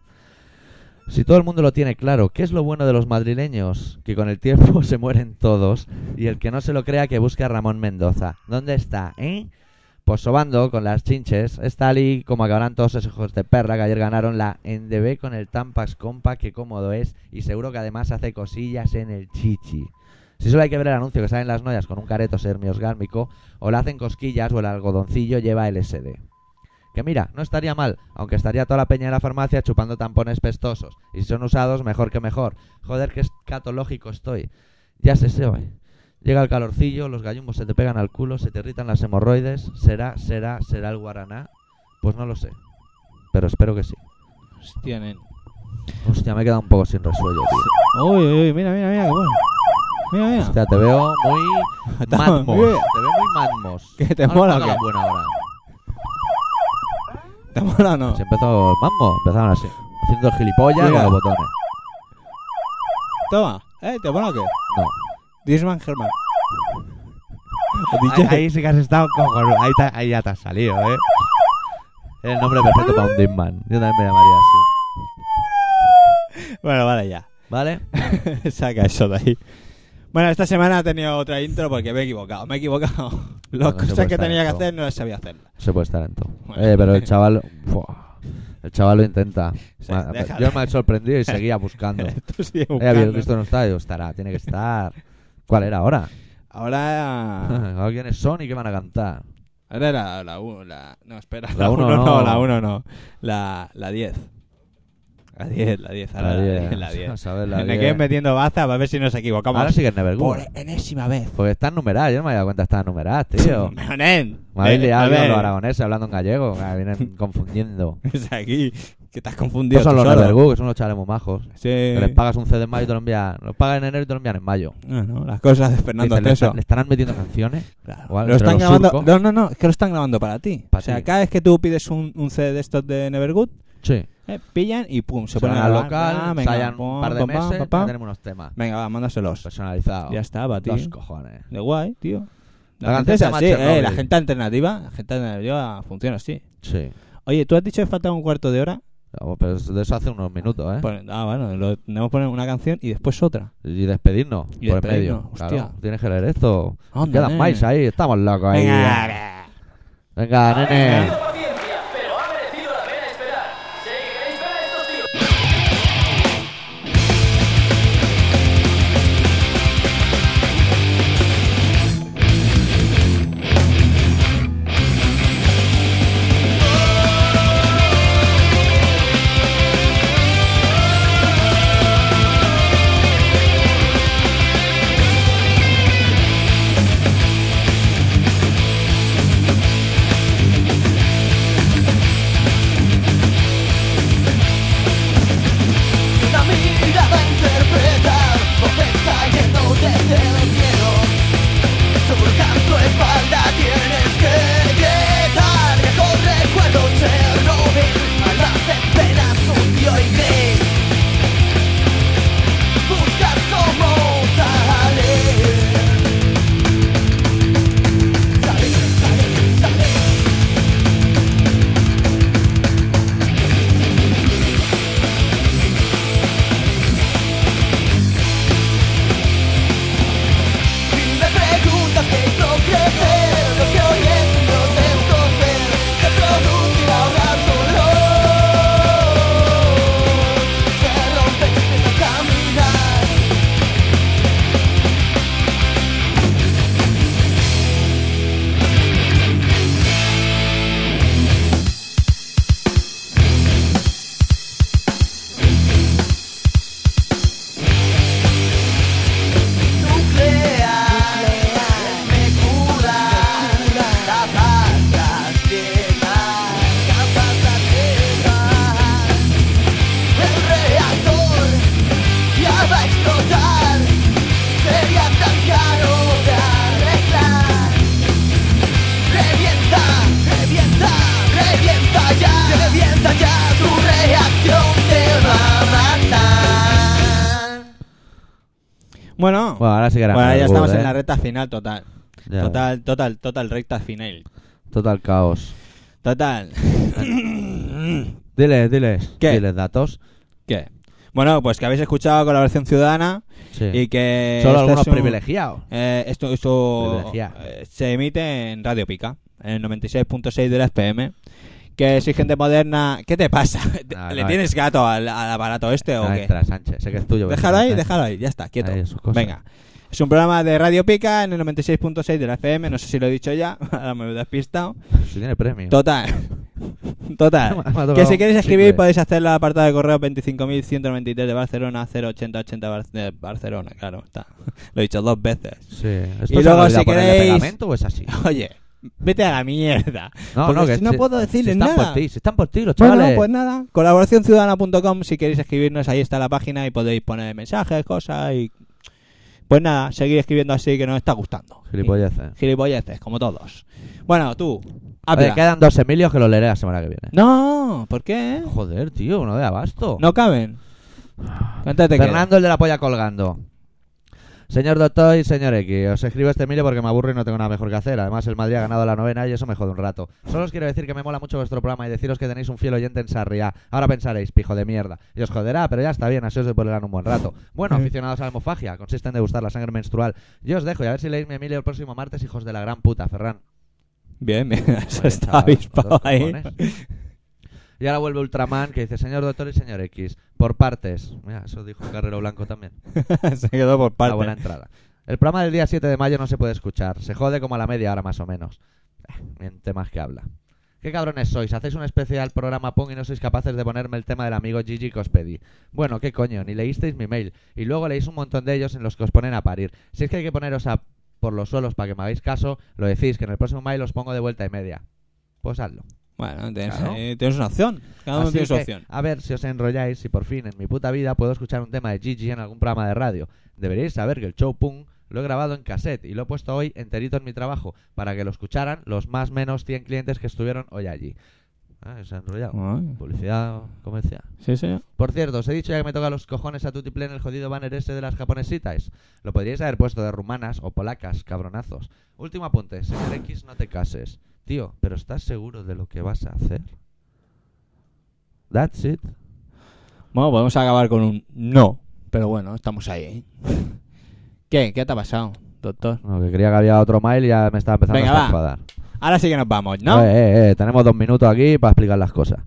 S1: Si todo el mundo lo tiene claro, ¿qué es lo bueno de los madrileños? Que con el tiempo se mueren todos y el que no se lo crea que busque a Ramón Mendoza. ¿Dónde está, eh? Pues sobando con las chinches, es tal y como acabarán todos esos hijos de perra que ayer ganaron la NDB con el Tampas Compa, que cómodo es y seguro que además hace cosillas en el chichi. Si solo hay que ver el anuncio que salen las noyas con un careto sermiosgármico, o le hacen cosquillas o el algodoncillo lleva LSD. Que mira, no estaría mal, aunque estaría toda la peña de la farmacia chupando tampones pestosos. Y si son usados, mejor que mejor. Joder, qué escatológico estoy. Ya se sabe. Llega el calorcillo, los gallumbos se te pegan al culo, se te irritan las hemorroides. ¿Será, será, será el guaraná? Pues no lo sé. Pero espero que sí.
S2: Hostia, nen.
S1: Hostia, me he quedado un poco sin resuello, tío.
S2: Uy, uy, uy, mira, mira, mira, qué bueno. Mira, mira.
S1: Hostia, te veo muy
S2: Estamos
S1: madmos. Te
S2: bien.
S1: veo muy madmos.
S2: ¿Que te
S1: Ahora
S2: mola o
S1: toca la
S2: qué?
S1: buena hora.
S2: ¿Te mola o no?
S1: Se empezó el mambo, empezaron así. Haciendo el gilipollas
S2: Mira.
S1: con los botones.
S2: Toma, ¿eh? ¿Te mola o qué?
S1: No.
S2: Disman Germán.
S1: Ahí, ahí sí que has estado cojonudo. Ahí, te- ahí ya te has salido, ¿eh? Es el nombre perfecto para un Dimman. Yo también me llamaría así.
S2: Bueno, vale, ya.
S1: ¿Vale?
S2: Saca eso de ahí. Bueno, esta semana he tenido otra intro porque me he equivocado. Me he equivocado. Las
S1: No, no se
S2: cosas
S1: puede
S2: que
S1: estar
S2: tenía
S1: en
S2: que
S1: todo.
S2: hacer no las sabía hacer.
S1: Se puede estar en todo.
S2: Bueno.
S1: Eh, pero el chaval. Fua. el chaval lo intenta.
S2: Sí,
S1: Ma-
S2: déjalo.
S1: yo me he sorprendido y seguía buscando. Ella
S2: Esto sigue
S1: había
S2: buscando.
S1: visto no está. Digo, estará, tiene que estar. ¿Cuál era ahora?
S2: Ahora,
S1: Ahora ¿Quiénes son y qué van a cantar?
S2: ahora era la 1. La... No, espera.
S1: La uno
S2: uno
S1: no.
S2: La 1 no. La 10. La 10, la 10. Ahora
S1: La
S2: la
S1: 10.
S2: 10. La 10.
S1: A saber, la
S2: Me
S1: 10.
S2: quedé metiendo baza para ver si nos equivocamos.
S1: Ahora sí que es Never
S2: Por
S1: Good.
S2: enésima vez.
S1: Porque están numeradas. Yo no me había dado cuenta que estaban numeradas, tío.
S2: Pero, nen,
S1: Me habéis
S2: eh, a
S1: liado yo
S2: ver,
S1: los aragoneses hablando en gallego. Me vienen confundiendo.
S2: Es aquí. Que estás confundido.
S1: Estos son
S2: tú
S1: los
S2: solo.
S1: Never Good, que son los chavales muy majos.
S2: Sí.
S1: Que les pagas un CD en mayo y te lo envían. Los pagan en enero y te lo envían en mayo.
S2: No, no, las cosas de Fernando
S1: Dicen, ¿le,
S2: Esteso.
S1: están- ¿Le estarán metiendo canciones?
S2: Claro.
S1: o algo
S2: Lo están
S1: entre los
S2: grabando.
S1: surcos.
S2: No, no, no, es que lo están grabando para ti.
S1: Pa'
S2: o sea,
S1: ti.
S2: cada vez que tú pides un, un CD de estos de Nevergood,
S1: Sí.
S2: eh, pillan y pum, se,
S1: Se
S2: ponen
S1: ponen al
S2: grabar.
S1: local,
S2: Ah, venga,
S1: ensayan un
S2: pum, Pues,
S1: par de
S2: pam, pam,
S1: meses,
S2: pam,
S1: ya
S2: pam.
S1: tenemos unos temas
S2: Venga, va, mándaselos.
S1: personalizados.
S2: ya está, para ti.
S1: Dos cojones.
S2: De guay, tío. La,
S1: La
S2: gente
S1: canción
S2: es
S1: se llama
S2: así, eh,
S1: Chernobyl.
S2: la gente alternativa, la gente alternativa funciona así.
S1: Sí.
S2: Oye, ¿tú has dicho que falta un cuarto de hora?
S1: Oh, Pero es- de eso hace unos minutos, ¿eh?
S2: Pon- ah, bueno, lo, tenemos que poner una canción y después otra.
S1: y despedirnos
S2: Y
S1: por el
S2: despedirnos,
S1: medio.
S2: hostia.
S1: Claro, tienes que leer esto.
S2: Anda,
S1: Quedan
S2: nene. eh.
S1: más ahí, estamos locos ahí. ¿eh?
S2: Venga,
S1: Venga, nene.
S5: paciencia, pero ha merecido la pena esperar. Si queréis ver a estos tíos.
S6: Thank
S2: Bueno,
S1: Bueno, ahora sí que era
S2: bueno, ya
S1: Mel Good,
S2: estamos
S1: ¿eh?
S2: en la recta final total.
S1: Ya.
S2: Total, total, total, recta final.
S1: Total caos.
S2: Total.
S1: Diles, diles.
S2: ¿Qué?
S1: Diles datos.
S2: ¿Qué? Bueno, pues que habéis escuchado Colaboración Ciudadana
S1: Sí.
S2: y que...
S1: Solo
S2: este
S1: algunos
S2: es un-
S1: privilegiados.
S2: eh, esto esto
S1: Privilegiado.
S2: eh, se emite en Radio Pica, en el 96.6 de la FM. Que soy gente moderna... ¿Qué te pasa? ¿Te-
S1: Ah,
S2: ¿Le
S1: no,
S2: tienes gato al, al aparato este o
S1: Ah,
S2: qué?
S1: entra, Sánchez. Sé que es tuyo.
S2: Déjalo ahí,
S1: Sánchez.
S2: déjalo ahí, ya está, quieto.
S1: Ahí, sus cosas.
S2: Venga. Es un programa de Radio Pica en el 96.6 de la FM, no sé si lo he dicho ya, ahora me he despistado.
S1: Si tiene premio.
S2: Total.
S1: Me ha
S2: Total.
S1: tocado
S2: Que si queréis
S1: un
S2: escribir
S1: chicle.
S2: podéis hacerlo al apartado de correo 25.193 de Barcelona 08080 Bar- de Barcelona, claro, está. Lo he dicho dos veces.
S1: Sí. Esto
S2: Y
S1: se
S2: luego,
S1: ha olvidado
S2: si
S1: ponerle
S2: queréis-
S1: pegamento o es así?
S2: Oye, vete a la mierda.
S1: No,
S2: Porque
S1: no, que
S2: si no
S1: si-
S2: puedo decirles
S1: si están
S2: nada.
S1: Por ti, si están por ti, los
S2: Bueno,
S1: chavales.
S2: pues nada, colaboracionciudadana.com si queréis escribirnos, ahí está la página y podéis poner mensajes, cosas y... Pues nada, seguir escribiendo así que nos está gustando.
S1: Gilipolleces.
S2: Gilipolleces, como todos. Bueno, tú, habla.
S1: Oye, quedan dos Emilios que los leeré la semana que viene.
S2: No, ¿por qué?
S1: Joder, tío, no de abasto.
S2: No caben. Cuéntate que-
S1: Fernando el de la polla colgando. Señor Doctor y señor X, os escribo este Emilio porque me aburro y no tengo nada mejor que hacer. Además, el Madrid ha ganado la novena y eso me jode un rato. Solo os quiero decir que me mola mucho vuestro programa y deciros que tenéis un fiel oyente en Sarriá. Ahora pensaréis, pijo de mierda. Y os joderá, pero ya está bien, así os depolerán un buen rato. Bueno, aficionados a la hemofagia, consiste en degustar la sangre menstrual. Yo os dejo y a ver si leéis mi Emilio el próximo martes, hijos de la gran puta, Ferran.
S2: Bien, bien, eso
S1: Vaya,
S2: está
S1: chaval,
S2: avispado
S1: los
S2: ahí.
S1: cojones. Y ahora vuelve Ultraman que dice, señor Doctor y señor X, por partes. Mira, eso dijo Carrero Blanco también.
S2: Se quedó por
S1: La buena
S2: parte.
S1: entrada. El programa del día 7 de mayo no se puede escuchar. Se jode como a la media hora más o menos. Eh, Miente más que habla. ¿Qué cabrones sois? Hacéis un especial programa Pong y no sois capaces de ponerme el tema del amigo Gigi que os pedí. Bueno, qué coño, ni leísteis mi mail. Y luego leéis un montón de ellos en los que os ponen a parir. Si es que hay que poneros a por los suelos para que me hagáis caso, lo decís, que en el próximo mail os pongo de vuelta y media. Pues hazlo.
S2: Bueno, tienes,
S1: Claro.
S2: ahí- tienes una opción. Cada uno
S1: Así
S2: tiene su
S1: que,
S2: opción.
S1: A ver si os enrolláis y por fin en mi puta vida puedo escuchar un tema de Gigi en algún programa de radio. Deberíais saber que el show Punk lo he grabado en cassette y lo he puesto hoy enterito en mi trabajo para que lo escucharan los más menos 100 clientes que estuvieron hoy allí. Ah, se ha enrollado. Publicidad comercial.
S2: Sí, señor.
S1: Por cierto, os he dicho ya que me toca los cojones a Tutti Plen el jodido banner ese de las japonesitas. Lo podríais haber puesto de rumanas o polacas, cabronazos. Último apunte, señor X, no te cases. Tío, ¿pero estás seguro de lo que vas a hacer? That's it.
S2: Bueno, podemos acabar con un no. Pero bueno, estamos ahí. ¿eh? ¿Qué? ¿Qué te ha pasado, doctor?
S1: No, que creía que había otro mail y ya me estaba empezando
S2: Venga,
S1: a
S2: va.
S1: enfadar.
S2: Ahora sí que nos vamos, ¿no?
S1: Eh, eh, eh, tenemos dos minutos aquí para explicar las cosas.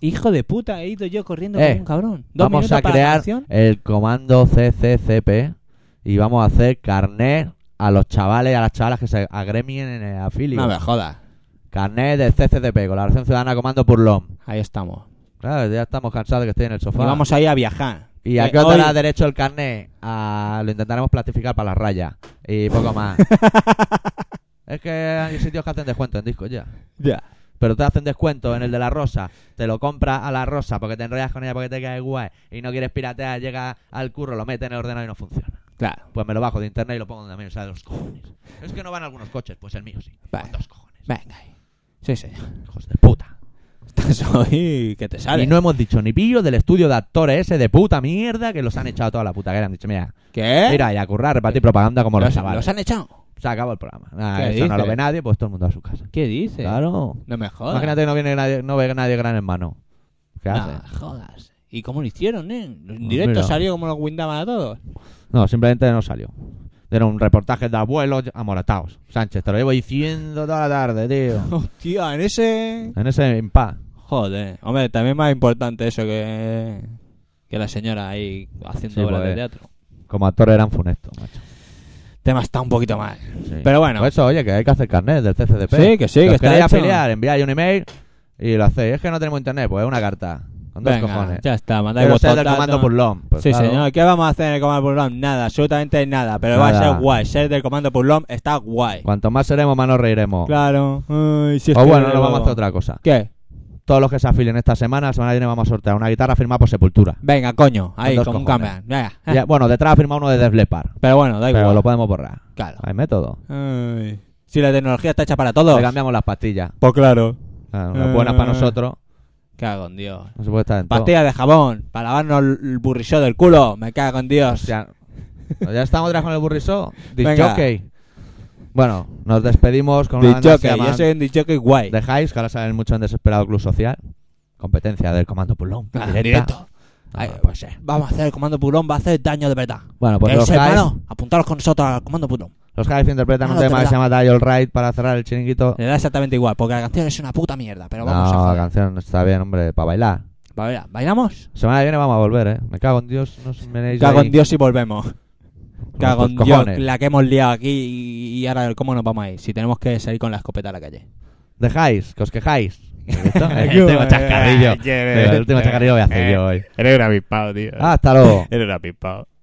S2: Hijo de puta, he ido yo corriendo
S1: Eh,
S2: como un cabrón. Dos
S1: Vamos
S2: minutos
S1: a
S2: para la
S1: crear
S2: canción.
S1: el comando CCCP y vamos a hacer carnet a los chavales y a las chavalas que se agremien en el afilio.
S2: No me jodas.
S1: Carnet del CCCP, colaboración ciudadana comando Purlón.
S2: Ahí estamos.
S1: Claro, ya estamos cansados de que esté en el
S2: Y
S1: sofá.
S2: vamos ahí a viajar.
S1: ¿Y a
S2: Eh,
S1: qué hora
S2: hoy-
S1: da derecho el carnet? A- Lo intentaremos platificar para las rayas. Y poco más. es que hay sitios que hacen descuento en discos ya.
S2: Ya.
S1: Pero te hacen descuento en el de la rosa. Te lo compras a la rosa porque te enrollas con ella porque te cae guay. Y no quieres piratear, llega al curro, lo mete en el ordenador y no funciona.
S2: Claro.
S1: Pues me lo bajo de internet y lo pongo donde a mí me sale los cojones. Es que no van algunos coches, pues el mío sí.
S2: Vale.
S1: Dos cojones.
S2: Venga ahí. Sí, señor.
S1: Hijos de puta.
S2: Estás hoy que te sale.
S1: Y no hemos dicho ni pillo del estudio de actores ese de puta mierda que los han echado toda la puta que le han dicho, mira,
S2: ¿Qué?
S1: mira, y a currar, repartir propaganda como los
S2: los,
S1: chavales.
S2: los han echado.
S1: Se acabó el programa. Nah,
S2: ¿Qué
S1: eso no lo
S2: dices?
S1: ve nadie, pues todo el mundo a su casa.
S2: ¿Qué dices?
S1: Claro.
S2: No me jodas.
S1: Imagínate que no, viene nadie, no ve nadie gran hermano. ¿Qué
S2: No
S1: hace?
S2: jodas. ¿Y cómo lo hicieron, eh? En directo
S1: mira.
S2: salió como nos guindaban a todos.
S1: No, simplemente no salió. Era un reportaje de abuelos amoratados. Sánchez, te lo llevo diciendo toda la tarde, tío.
S2: Hostia, en ese.
S1: En ese impa.
S2: Joder. Hombre, también más importante eso que. Que la señora ahí haciendo
S1: Sí,
S2: obras de
S1: pues.
S2: teatro.
S1: Como actor eran funestos, macho.
S2: Tema está un poquito mal.
S1: Sí.
S2: Pero bueno.
S1: Pues eso, oye, que hay que hacer carnet del CCDP.
S2: Sí, que sí, que
S1: os
S2: está
S1: queréis
S2: hecho.
S1: afiliar, enviáis un email y lo hacéis. Es que no tenemos internet, pues es una carta. Con dos
S2: Venga,
S1: cojones.
S2: Ya está, mandáis
S1: Pero ser del
S2: vosotros,
S1: comando
S2: ¿no?
S1: Purlón. Pues
S2: sí,
S1: claro.
S2: señor. ¿Qué vamos a hacer en el comando Purlón? Nada, absolutamente nada. Pero va a
S1: Nada.
S2: ser guay. Ser del comando Purlón está guay.
S1: Cuanto más seremos, más nos reiremos.
S2: Claro. Ay, si es
S1: O
S2: que
S1: Pues bueno,
S2: me
S1: no vamos a
S2: vuelvo.
S1: hacer otra cosa.
S2: ¿Qué?
S1: Todos los que se afilien esta semana, la semana que viene vamos a sortear una guitarra firmada por Sepultura.
S2: Venga, coño. Ahí,
S1: dos
S2: como un
S1: cojones.
S2: campeón. Venga.
S1: Ya, bueno, detrás ha firmado uno de Def Leppard.
S2: Pero bueno, Eh. da
S1: Pero
S2: igual.
S1: lo podemos borrar.
S2: Claro.
S1: Hay método.
S2: Ay. Si la tecnología está hecha para todos.
S1: Le cambiamos las pastillas.
S2: Pues claro.
S1: Claro, las buenas
S2: Ah.
S1: para nosotros.
S2: Cago en Dios.
S1: No se puede estar en todo.
S2: Pastilla de jabón para lavarnos el burrillo del culo. Me cago en Dios.
S1: Hostia, pues Ya estamos otra vez con el burriso.
S2: Venga.
S1: Disjockey. Bueno, nos despedimos con una banda que se
S2: Disjockey, yo
S1: llaman
S2: soy un disjockey guay.
S1: Dejáis, que ahora salen mucho en Desesperado Club Social. Competencia del Comando Pulón.
S2: Ah,
S1: directa. Ah,
S2: directo.
S1: No,
S2: Ay,
S1: no puede ser.
S2: Vamos a hacer el comando pulón, va a hacer daño de verdad.
S1: Bueno, pues
S2: Eh,
S1: los Hives,
S2: hermano, apuntaros con nosotros al comando pulón.
S1: los Hives interpretan
S2: Ah,
S1: un
S2: no,
S1: tema
S2: te
S1: que se llama Die All Right para cerrar el chiringuito.
S2: Le da exactamente igual, porque la canción es una puta mierda, pero vamos
S1: no,
S2: a
S1: la
S2: joder.
S1: canción está bien, hombre, para bailar.
S2: Va, mira, ¿bailamos?
S1: Semana que viene vamos a volver, ¿eh? Me cago en Dios, no os menéis
S2: Cago
S1: ahí
S2: en Dios y volvemos.
S1: con
S2: Cago en
S1: vuestros
S2: Dios,
S1: cojones.
S2: la que hemos liado aquí y, y ahora cómo nos vamos a ir. Si tenemos que salir con la escopeta a la calle.
S1: Dejáis, que os quejáis. el último
S6: eh,
S2: Eh.
S1: chascarrillo. el último chascarrillo voy a hacer yo hoy. Ah.
S6: Eres un avispado, tío.
S1: Hasta luego.
S6: Eres un avispado.